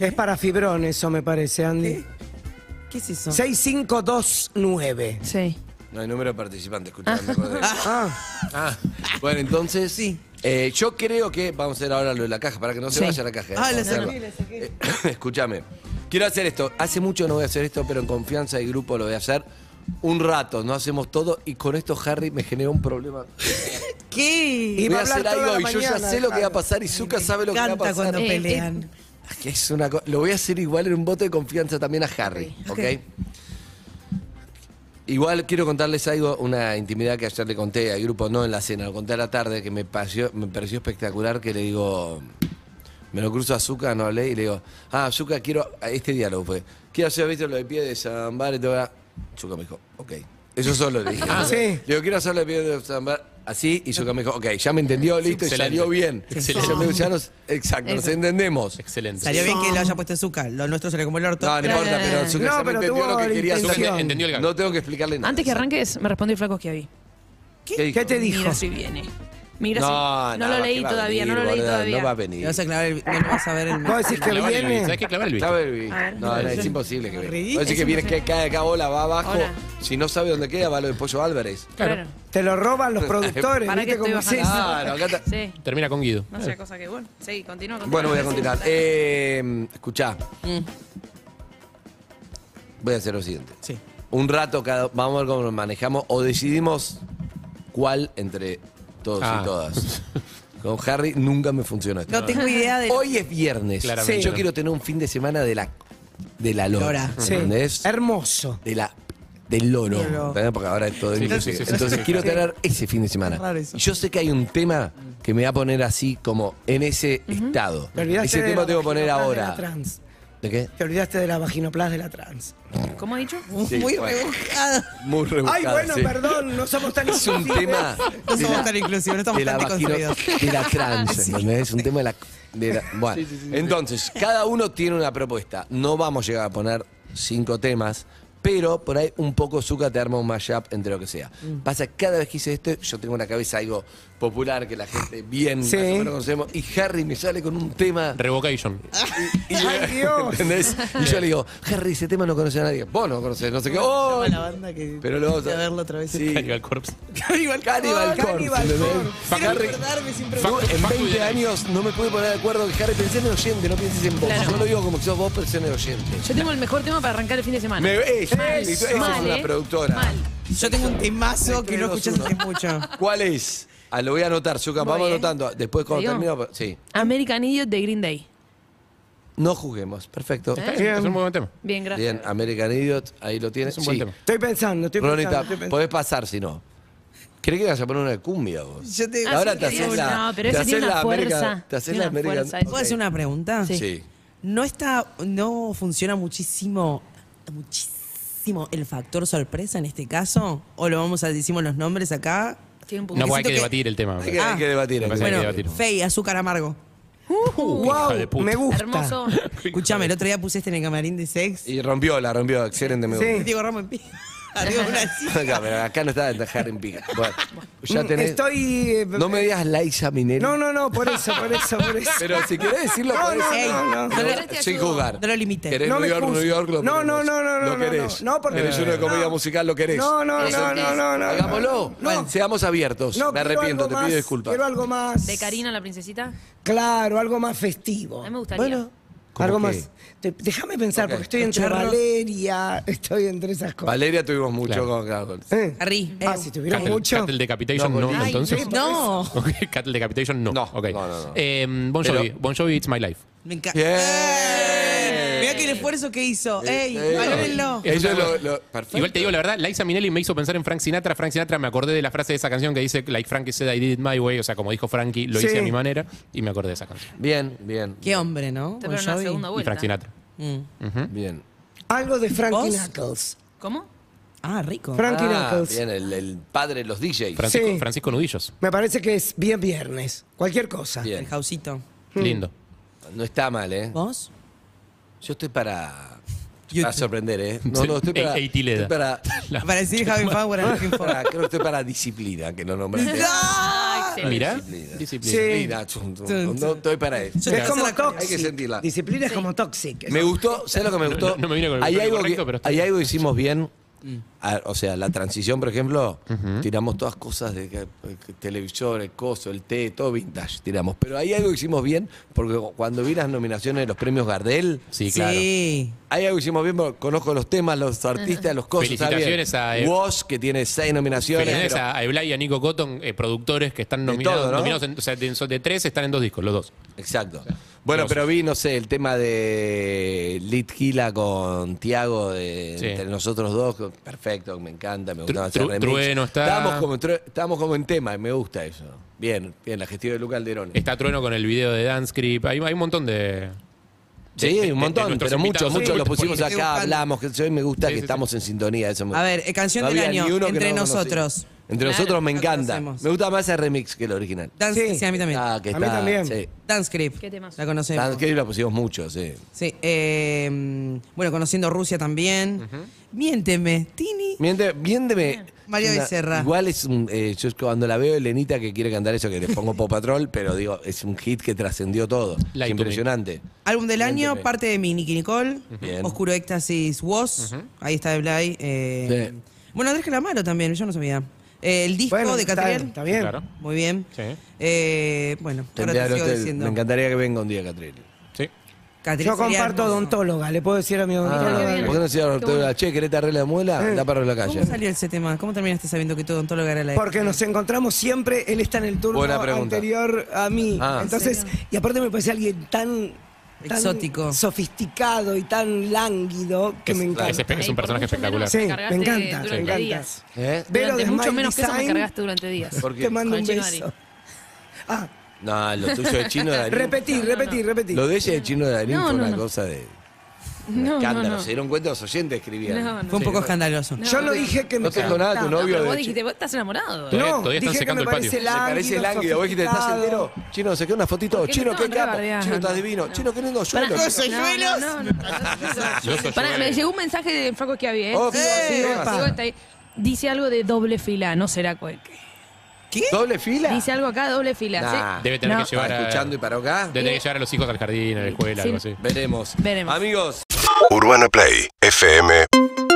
S7: Es para fibrón eso, me parece, Andy.
S9: ¿Qué es eso?
S7: 6529.
S5: Sí.
S4: No hay número de participantes, escuchame.
S7: Ah,
S4: Ah, bueno, entonces. Sí. Eh, yo creo que. Vamos a hacer ahora lo de la caja, para que no se
S5: Sí.
S4: vaya la caja. eh,
S9: Ah, la
S4: vamos a hacerlo.
S9: saqué, la saqué.
S4: Eh, escúchame. Quiero hacer esto. Hace mucho no voy a hacer esto, pero en confianza y grupo lo voy a hacer. Un rato, no hacemos todo. Y con esto, Harry me genera un problema.
S9: ¿Qué?
S4: voy
S7: Y va
S4: a
S7: a hablar
S4: hacer
S7: toda
S4: algo
S7: la
S4: y yo ya
S7: mañana,
S4: sé lo que va a
S7: Harry.
S4: pasar y Zuka sabe lo que va a
S9: Canta
S4: pasar.
S9: cuando
S5: Eh, eh.
S9: pelean.
S4: Ah, que es una co- lo voy a hacer igual en un voto de confianza también a Harry, ¿ok? Igual quiero contarles algo, una intimidad que ayer le conté al grupo, no en la cena, lo conté a la tarde, que me pareció, me pareció espectacular, que le digo, me lo cruzo a Zuka, no hablé, y le digo, ah, Zuka, quiero, este diálogo fue, quiero hacer, viste, lo de pie de ah". Zambar y todo, Zuka me dijo, ok, eso solo le dije.
S7: Ah, sí.
S4: Le digo, quiero hacer lo de pie de Zambar, Así, y yo que me dijo, ok, ya me entendió, listo, y
S6: Excelente.
S4: salió bien.
S6: Excelente.
S4: Ya me- ya nos- exacto, nos
S9: Eso.
S4: entendemos.
S7: eh,
S6: Excelente.
S9: Salió bien que lo haya puesto en Zucca. Lo nuestro se le comió el orto.
S4: No, no importa, pero Zucca
S9: No,
S4: ya me
S9: pero
S4: entendió
S9: tuvo
S4: lo que quería
S9: intención.
S4: saber. No tengo que explicarle nada.
S5: Antes que arranques, me respondió el flaco Schiavi.
S4: ¿Qué,
S5: Mira si viene. Mira
S4: No,
S5: si... No,
S4: no,
S5: lo
S4: ¿qué
S5: leí
S4: va a
S5: todavía, no lo
S4: venir,
S5: leí
S4: boluda?
S5: todavía.
S4: No va a venir.
S9: Le vas a clavar el, no le vas a ver el
S7: ¿Vos decís que
S6: Clavar el
S7: viene?
S6: bill,
S4: eh.
S6: ¿Sabés qué clavar el bill?
S4: Clavar el bill.
S5: A ver.
S4: No, no, es
S5: Ridículo.
S4: imposible que venga.
S9: Ridículo.
S4: Parece que viene, que cae acá bola, va abajo.
S5: Hola.
S4: Si no sabe dónde queda, va lo de Pollo Álvarez.
S5: Claro.
S7: Te lo roban los productores.
S5: Para que
S7: ¿viste
S5: estoy
S7: cómo es
S5: bajando.
S7: eso?
S4: Claro, acá está.
S5: Sí,
S6: Termina con Guido.
S5: no sea cosa que... Bueno, sí, continúa. continúa.
S4: Bueno, voy a continuar. Eh, escuchá.
S5: Mm.
S4: Voy a hacer lo siguiente.
S9: Sí.
S4: Un rato cada. Vamos a ver cómo nos manejamos. O decidimos cuál entre todos
S6: Ah.
S4: y todas. Con Harry nunca me funcionó esto.
S9: No tengo idea de.
S4: Hoy es viernes.
S6: Claramente.
S4: Yo quiero tener un fin de semana de la. De la lora.
S9: Lora, sí.
S4: ¿Entendés?
S7: Hermoso.
S4: de la del loro,
S9: Loro.
S4: ¿entendés? porque ahora es todo
S6: Sí,
S4: inclusive.
S6: sí, sí, sí,
S4: Entonces
S6: sí.
S4: quiero tener ese fin de semana.
S9: Es raro eso.
S4: Y yo sé que hay un tema que me va a poner así como en ese estado.
S7: Te olvidaste
S4: Ese
S7: de
S4: tema
S7: la
S4: tengo que poner
S7: vaginoplas de
S4: ahora.
S7: la trans.
S4: ¿De qué?
S7: Te olvidaste de la vaginoplas de la trans.
S5: ¿Cómo ha dicho?
S4: Sí,
S9: Muy
S4: bueno.
S9: rebuscado.
S4: Muy rebuscado.
S7: Ay, bueno,
S4: sí.
S7: perdón, no somos tan
S4: Es un
S7: inclusivos.
S4: tema
S9: No
S4: de
S9: somos
S4: la,
S9: tan inclusivos, no estamos
S4: de la
S9: tan
S4: vagino-
S9: deconstruidos.
S4: de la trans, ¿entendés? Es un tema de la... de la- bueno, entonces, cada uno tiene una propuesta. No vamos a llegar a poner cinco temas, pero por ahí un poco Zucca te arma un mashup entre lo que sea. Pasa, cada vez que hice esto, yo tengo en la cabeza algo popular que la gente bien
S7: Sí.
S4: más o menos conocemos, y Harry me sale con un tema...
S6: Revocation.
S4: Y,
S7: Ay, Dios.
S4: ¿entendés? y yo le digo, Harry, ese tema no conoce a nadie. Vos no conoces, no sé qué. ¡Oh!
S9: la banda que.
S4: Pero lo vamos a-
S9: a verlo otra vez.
S4: Sí.
S6: Cannibal Corpse.
S4: Cannibal, Cannibal Corpse,
S7: Cannibal
S4: ¿entendés?
S7: Corpse.
S9: Quiero
S4: Harry-
S9: acordarme siempre.
S4: Yo en
S6: Facu
S4: 20
S6: de-
S4: años no me pude poner de acuerdo que Harry pensé en el oyente, no pienses en vos. Yo lo digo como que sos vos, pero en el oyente.
S5: Yo tengo el mejor tema para arrancar el fin de semana.
S4: Me ves, eso es
S5: Mal,
S4: una
S5: ¿eh?
S4: productora.
S5: Mal.
S9: Yo tengo un temazo que no escuchas hace mucho.
S4: ¿Cuál es? Ah, lo voy a anotar, Zucca,
S5: Voy,
S4: vamos
S5: ¿eh?
S4: anotando. Después cuando
S5: ¿Te digo?
S4: termino, sí.
S5: American Idiot de Green Day.
S4: No juguemos, perfecto.
S6: Está bien, Es un muy buen tema.
S5: Bien, Eh, gracias.
S4: Bien, American Idiot, ahí lo tienes.
S6: Es un buen tema.
S7: Estoy pensando, estoy pensando.
S4: Ronita,
S7: estoy pensando.
S4: podés pasar si no. ¿Crees que vas a poner una de cumbia vos?
S9: Yo te-
S4: Ahora
S9: Ah, sí,
S4: te haces
S5: quería
S4: la.
S5: una. No, pero
S4: te
S5: esa
S4: haces
S5: tiene
S4: la
S5: una
S4: American-
S5: fuerza,
S4: Te haces
S5: tiene
S4: la
S5: una
S4: American.
S5: fuerza esa.
S9: ¿Puedo hacer una pregunta?
S5: Sí.
S4: Sí.
S9: ¿No está, no funciona muchísimo, muchísimo el factor sorpresa en este caso? ¿O lo vamos a decimos los nombres acá?
S5: Tiene un punto.
S6: No, porque hay
S9: siento
S6: que
S9: que-
S6: debatir el tema. me
S4: Hay que,
S6: parece.
S4: hay que debatir.
S6: Me
S4: hay que
S6: parece que hay que
S4: debatir.
S6: debatir.
S9: Fey, azúcar amargo.
S6: hija de
S7: wow,
S6: puta.
S7: Uh, me gusta.
S5: Hermoso.
S9: Escúchame, el otro día puse este en el camarín de sex.
S4: Y rompió, la rompió, excelente me gusta.
S7: Sí.
S9: Diego Ramos en pie. Arriba de una silla.
S4: Acá, pero acá no está Harry en pica. Bueno, ya
S7: Mm,
S4: tenés.
S7: Estoy. eh,
S4: No me digas Laisa Minero.
S7: No, no, no, por eso, por eso, por eso.
S4: Pero si querés decirlo,
S7: No,
S4: podés-
S7: no,
S9: Ey,
S7: no, no.
S9: no le-
S4: No, sin jugar.
S9: no lo limites.
S4: ¿Querés
S7: No
S4: New
S7: me
S4: York,
S7: excuses.
S4: New York? Lo
S7: No,
S4: ponemos.
S7: no, no, no,
S4: Lo
S7: no, no,
S4: querés.
S7: no, no, porque-
S4: ¿Querés uno de comedia musical? Lo querés.
S7: No, no,
S4: ¿Lo
S7: no,
S4: sentís?
S7: no, no, no.
S4: Hagámoslo.
S7: No.
S4: Seamos abiertos.
S7: No,
S4: me
S7: quiero
S4: arrepiento,
S7: algo
S4: te
S7: más,
S4: pido disculpas.
S7: Quiero algo más.
S5: De Karina, la princesita.
S7: Claro, algo más festivo.
S5: A mí me gustaría.
S7: Bueno,
S4: ¿Cómo
S7: algo
S4: qué?
S7: más. Te- Déjame pensar,
S4: Ok.
S7: porque estoy entre
S4: Charros.
S7: Valeria, estoy entre esas cosas.
S4: Valeria tuvimos mucho
S6: Claro.
S4: con. claro, con-
S7: ¿Eh?
S9: Harry,
S5: Mm.
S7: Ah,
S9: eh,
S7: si tuviera
S6: Cattle-
S7: mucho.
S6: Cattle Decapitation no,
S4: No,
S5: Ay,
S6: entonces.
S5: no.
S9: No,
S6: Ok, Cattle Decapitation no.
S4: No,
S6: Ok.
S4: no, no, no.
S6: Eh, bon
S4: Pero-
S6: Jovi, Bon Jovi, It's My Life.
S9: me encanta.
S4: Bien.
S9: Mira que el esfuerzo que hizo. Ey,
S4: Eh,
S9: valórenlo.
S4: Eso es lo- lo- perfecto.
S6: Igual te digo la verdad, Liza Minelli me hizo pensar en Frank Sinatra. Frank Sinatra me acordé de la frase de esa canción que dice Like Frankie said I did it my way. O sea, como dijo Frankie, lo
S7: Sí.
S6: hice a mi manera. Y me acordé de esa canción.
S4: Bien, bien.
S9: Qué hombre, ¿no?
S5: Te ponen
S9: Bon
S5: una
S9: Jovi.
S5: segunda
S6: Y
S5: vuelta.
S6: Frank Sinatra.
S9: Mm.
S4: Bien.
S7: Algo de Frankie
S9: ¿Vos?
S7: Knuckles.
S5: ¿Cómo?
S9: Ah, rico.
S7: Frankie
S4: Ah,
S7: Knuckles.
S4: Bien, el, el padre de los DJs.
S6: Francisco,
S7: Sí.
S6: Francisco Nudillos.
S7: Me parece que es bien viernes. Cualquier cosa.
S4: Bien.
S9: El jausito.
S4: Hmm.
S6: Lindo.
S4: No está mal, ¿eh?
S9: ¿Vos?
S4: Yo estoy para.
S9: Yo
S4: Para
S9: te-
S4: sorprender, ¿eh? No, no, estoy
S6: Ey,
S4: para.
S6: este- ey, Tileda.
S4: estoy para.
S6: La-
S9: Para decir Javi Power en Looking for.
S4: para- creo que estoy para disciplina, que no nombraste.
S9: ¡No!
S6: Mirá.
S4: Disciplina.
S6: Disciplina.
S4: Disciplina, chum, chum, chum. No estoy para eso.
S9: Yo
S7: Es como
S9: Hay que
S7: toxic.
S4: sentirla.
S7: Disciplina es como toxic.
S4: Me gustó, ¿sabes lo que me gustó?
S6: no, no me vino con el
S4: hay
S6: pelo
S4: algo
S6: correcto,
S4: que,
S6: pero está
S4: Hay
S6: bien. Mm.
S4: algo que hicimos bien. A- o sea, la transición, por ejemplo, tiramos todas cosas de que- que- televisor, el coso, el té, todo vintage tiramos. Pero hay algo que hicimos bien, porque cuando vi las nominaciones de los premios Gardel,
S6: Sí, claro.
S9: Sí.
S4: Hay algo que hicimos bien, porque conozco los temas, los artistas, los cosas. está bien.
S6: Felicitaciones a, eh,
S4: Woz, que tiene seis nominaciones.
S6: Felicidades
S4: pero-
S6: a a Eblay y a Nico Cotton, eh, productores que están nominados.
S4: todo, ¿no?
S6: nominados en- o sea, de, de tres están en dos discos, los dos.
S4: Exacto. Bueno,
S6: Woz.
S4: pero vi, no sé, el tema de Lit Gila con Tiago, de
S6: Sí.
S4: entre nosotros dos. que- Perfecto, me encanta, me gustaba hacer
S6: Tru-
S4: remix.
S6: Trueno está.
S4: Estábamos como, en tru- estábamos como en tema, y me gusta eso. Bien, bien, la gestión de Luca Alderón.
S6: Está Trueno con el video de Dance Creep. Hay, hay un montón de.
S4: Sí,
S6: de-
S4: hay
S6: de-
S4: un
S6: de
S4: montón,
S6: nuestros
S4: pero muchos,
S6: invitados.
S4: muchos
S6: Sí,
S4: los pusimos
S9: estoy
S4: acá,
S9: buscando.
S4: hablamos, que yo y me gusta
S6: Sí,
S4: que
S6: sí, sí.
S4: estamos en sintonía. Eso me-
S9: A ver, eh, canción
S4: No
S9: del
S4: había ni
S9: año,
S4: uno que
S9: entre
S4: no conocía.
S9: nosotros.
S4: Entre
S9: Claro,
S4: nosotros me
S9: lo
S4: encanta.
S9: conocemos.
S4: Me gusta más el remix que el original.
S9: Dance, sí. a mí también.
S4: Ah, que
S9: a mí
S4: está,
S9: también.
S4: sí.
S9: Dance Creep. La conocemos.
S4: Tan- Que la pusimos mucho, sí.
S9: Sí, eh, bueno, conociendo Rusia también. Miénteme, Tini.
S4: Miente, miénteme.
S9: María
S4: Una-
S9: Becerra.
S4: Igual es un, eh, yo cuando la veo Elenita que quiere cantar eso que le pongo Pop Patrol, pero digo, es un hit que trascendió todo. Es impresionante.
S9: Álbum del año,
S4: Miénteme.
S9: parte de mi Nicky Nicole.
S4: Bien.
S9: Oscuro Éxtasis Was. Ahí está de Blay. eh, Bueno, Andrés Calamaro también, yo no sabía. Eh, el disco
S7: Bueno,
S9: de
S7: está-
S9: Catriel.
S7: está bien. Claro.
S9: Muy bien. Eh, bueno, ahora
S4: Tendría
S9: te
S4: el
S9: sigo
S4: hotel.
S9: diciendo.
S4: Me encantaría que venga un día, Catril. Sí.
S9: Catriel
S7: Yo
S9: sería
S7: comparto
S9: hermoso.
S7: odontóloga, le puedo decir a mi odontóloga.
S4: Ah, ¿Por qué no se llama Ortega? Che, ¿querés te arregla de muela?
S7: Eh.
S4: Da para la calle.
S9: ¿Cómo salió ese tema? ¿Cómo terminaste sabiendo que tu odontóloga era la
S7: Porque nos encontramos siempre, él está en el turno
S4: Buena pregunta.
S7: anterior a mí.
S4: Ah.
S7: Entonces, y aparte me parece alguien tan, tan
S9: Exótico.
S7: sofisticado y tan lánguido que
S6: Es-
S7: me encanta.
S6: es espe- es un personaje espectacular.
S7: Sí, me
S5: cargaste
S7: encanta, me
S5: durante
S7: encanta.
S5: días.
S4: ¿Eh?
S7: Vero
S5: Durante
S7: de
S5: mucho
S7: Smile
S5: menos que eso me
S7: Design,
S5: cargaste durante días.
S4: ¿Por qué?
S7: Te mando
S5: Con
S7: un
S5: Chivari.
S7: beso. Ah,
S4: No, lo tuyo de chino de Darín.
S7: Repetí, repetí, repetí.
S4: Lo de ella de chino de Darín
S5: No,
S4: fue
S5: no,
S4: una
S5: no.
S4: cosa de
S5: No,
S4: escándalo.
S5: no, no.
S4: Se dieron cuenta los oyentes escribían.
S5: No, no.
S9: Fue un
S4: Sí,
S9: poco
S4: no.
S9: escandaloso.
S5: No.
S7: Yo no dije que me
S4: No tengo nada, tu
S7: encantaba.
S4: novio
S5: Pero vos
S4: de
S5: dijiste, vos estás enamorado.
S6: Todavía-
S7: No,
S6: todavía están
S7: dije que
S6: secando
S7: me
S6: el patio.
S7: parece
S4: Me parece
S7: lánguido,
S4: lánguido. Vos dijiste, estás
S7: sofisticado.
S4: entero. Chino, saqué una fotito.
S5: ¿Por qué
S4: Chino,
S5: no?
S4: qué
S5: No,
S4: capo.
S5: rebardeando.
S4: Chino, estás divino. Chino, qué lindo
S5: Pará,
S4: suelo.
S9: soy
S5: no,
S9: yuelos.
S5: no, no, no.
S6: Yo soy
S5: Pará, me
S6: yuelos.
S5: llegó un mensaje de Franco Schiavi, ¿eh?
S4: Oh,
S5: Sigo,
S4: sí,
S5: sigo,
S4: epa.
S5: sigo hasta ahí. Dice algo de doble fila, no será cohete.
S9: ¿Qué?
S4: ¿Doble fila?
S5: Dice algo acá, doble fila.
S4: Nah.
S5: ¿sí?
S6: Debe tener
S5: No.
S6: que llevar a,
S4: Escuchando y para acá.
S6: debe tener que llevar a los hijos al jardín, a la escuela,
S5: Sí.
S6: algo así.
S4: Veremos.
S5: Veremos.
S4: Amigos.
S1: Urbana Play fm.com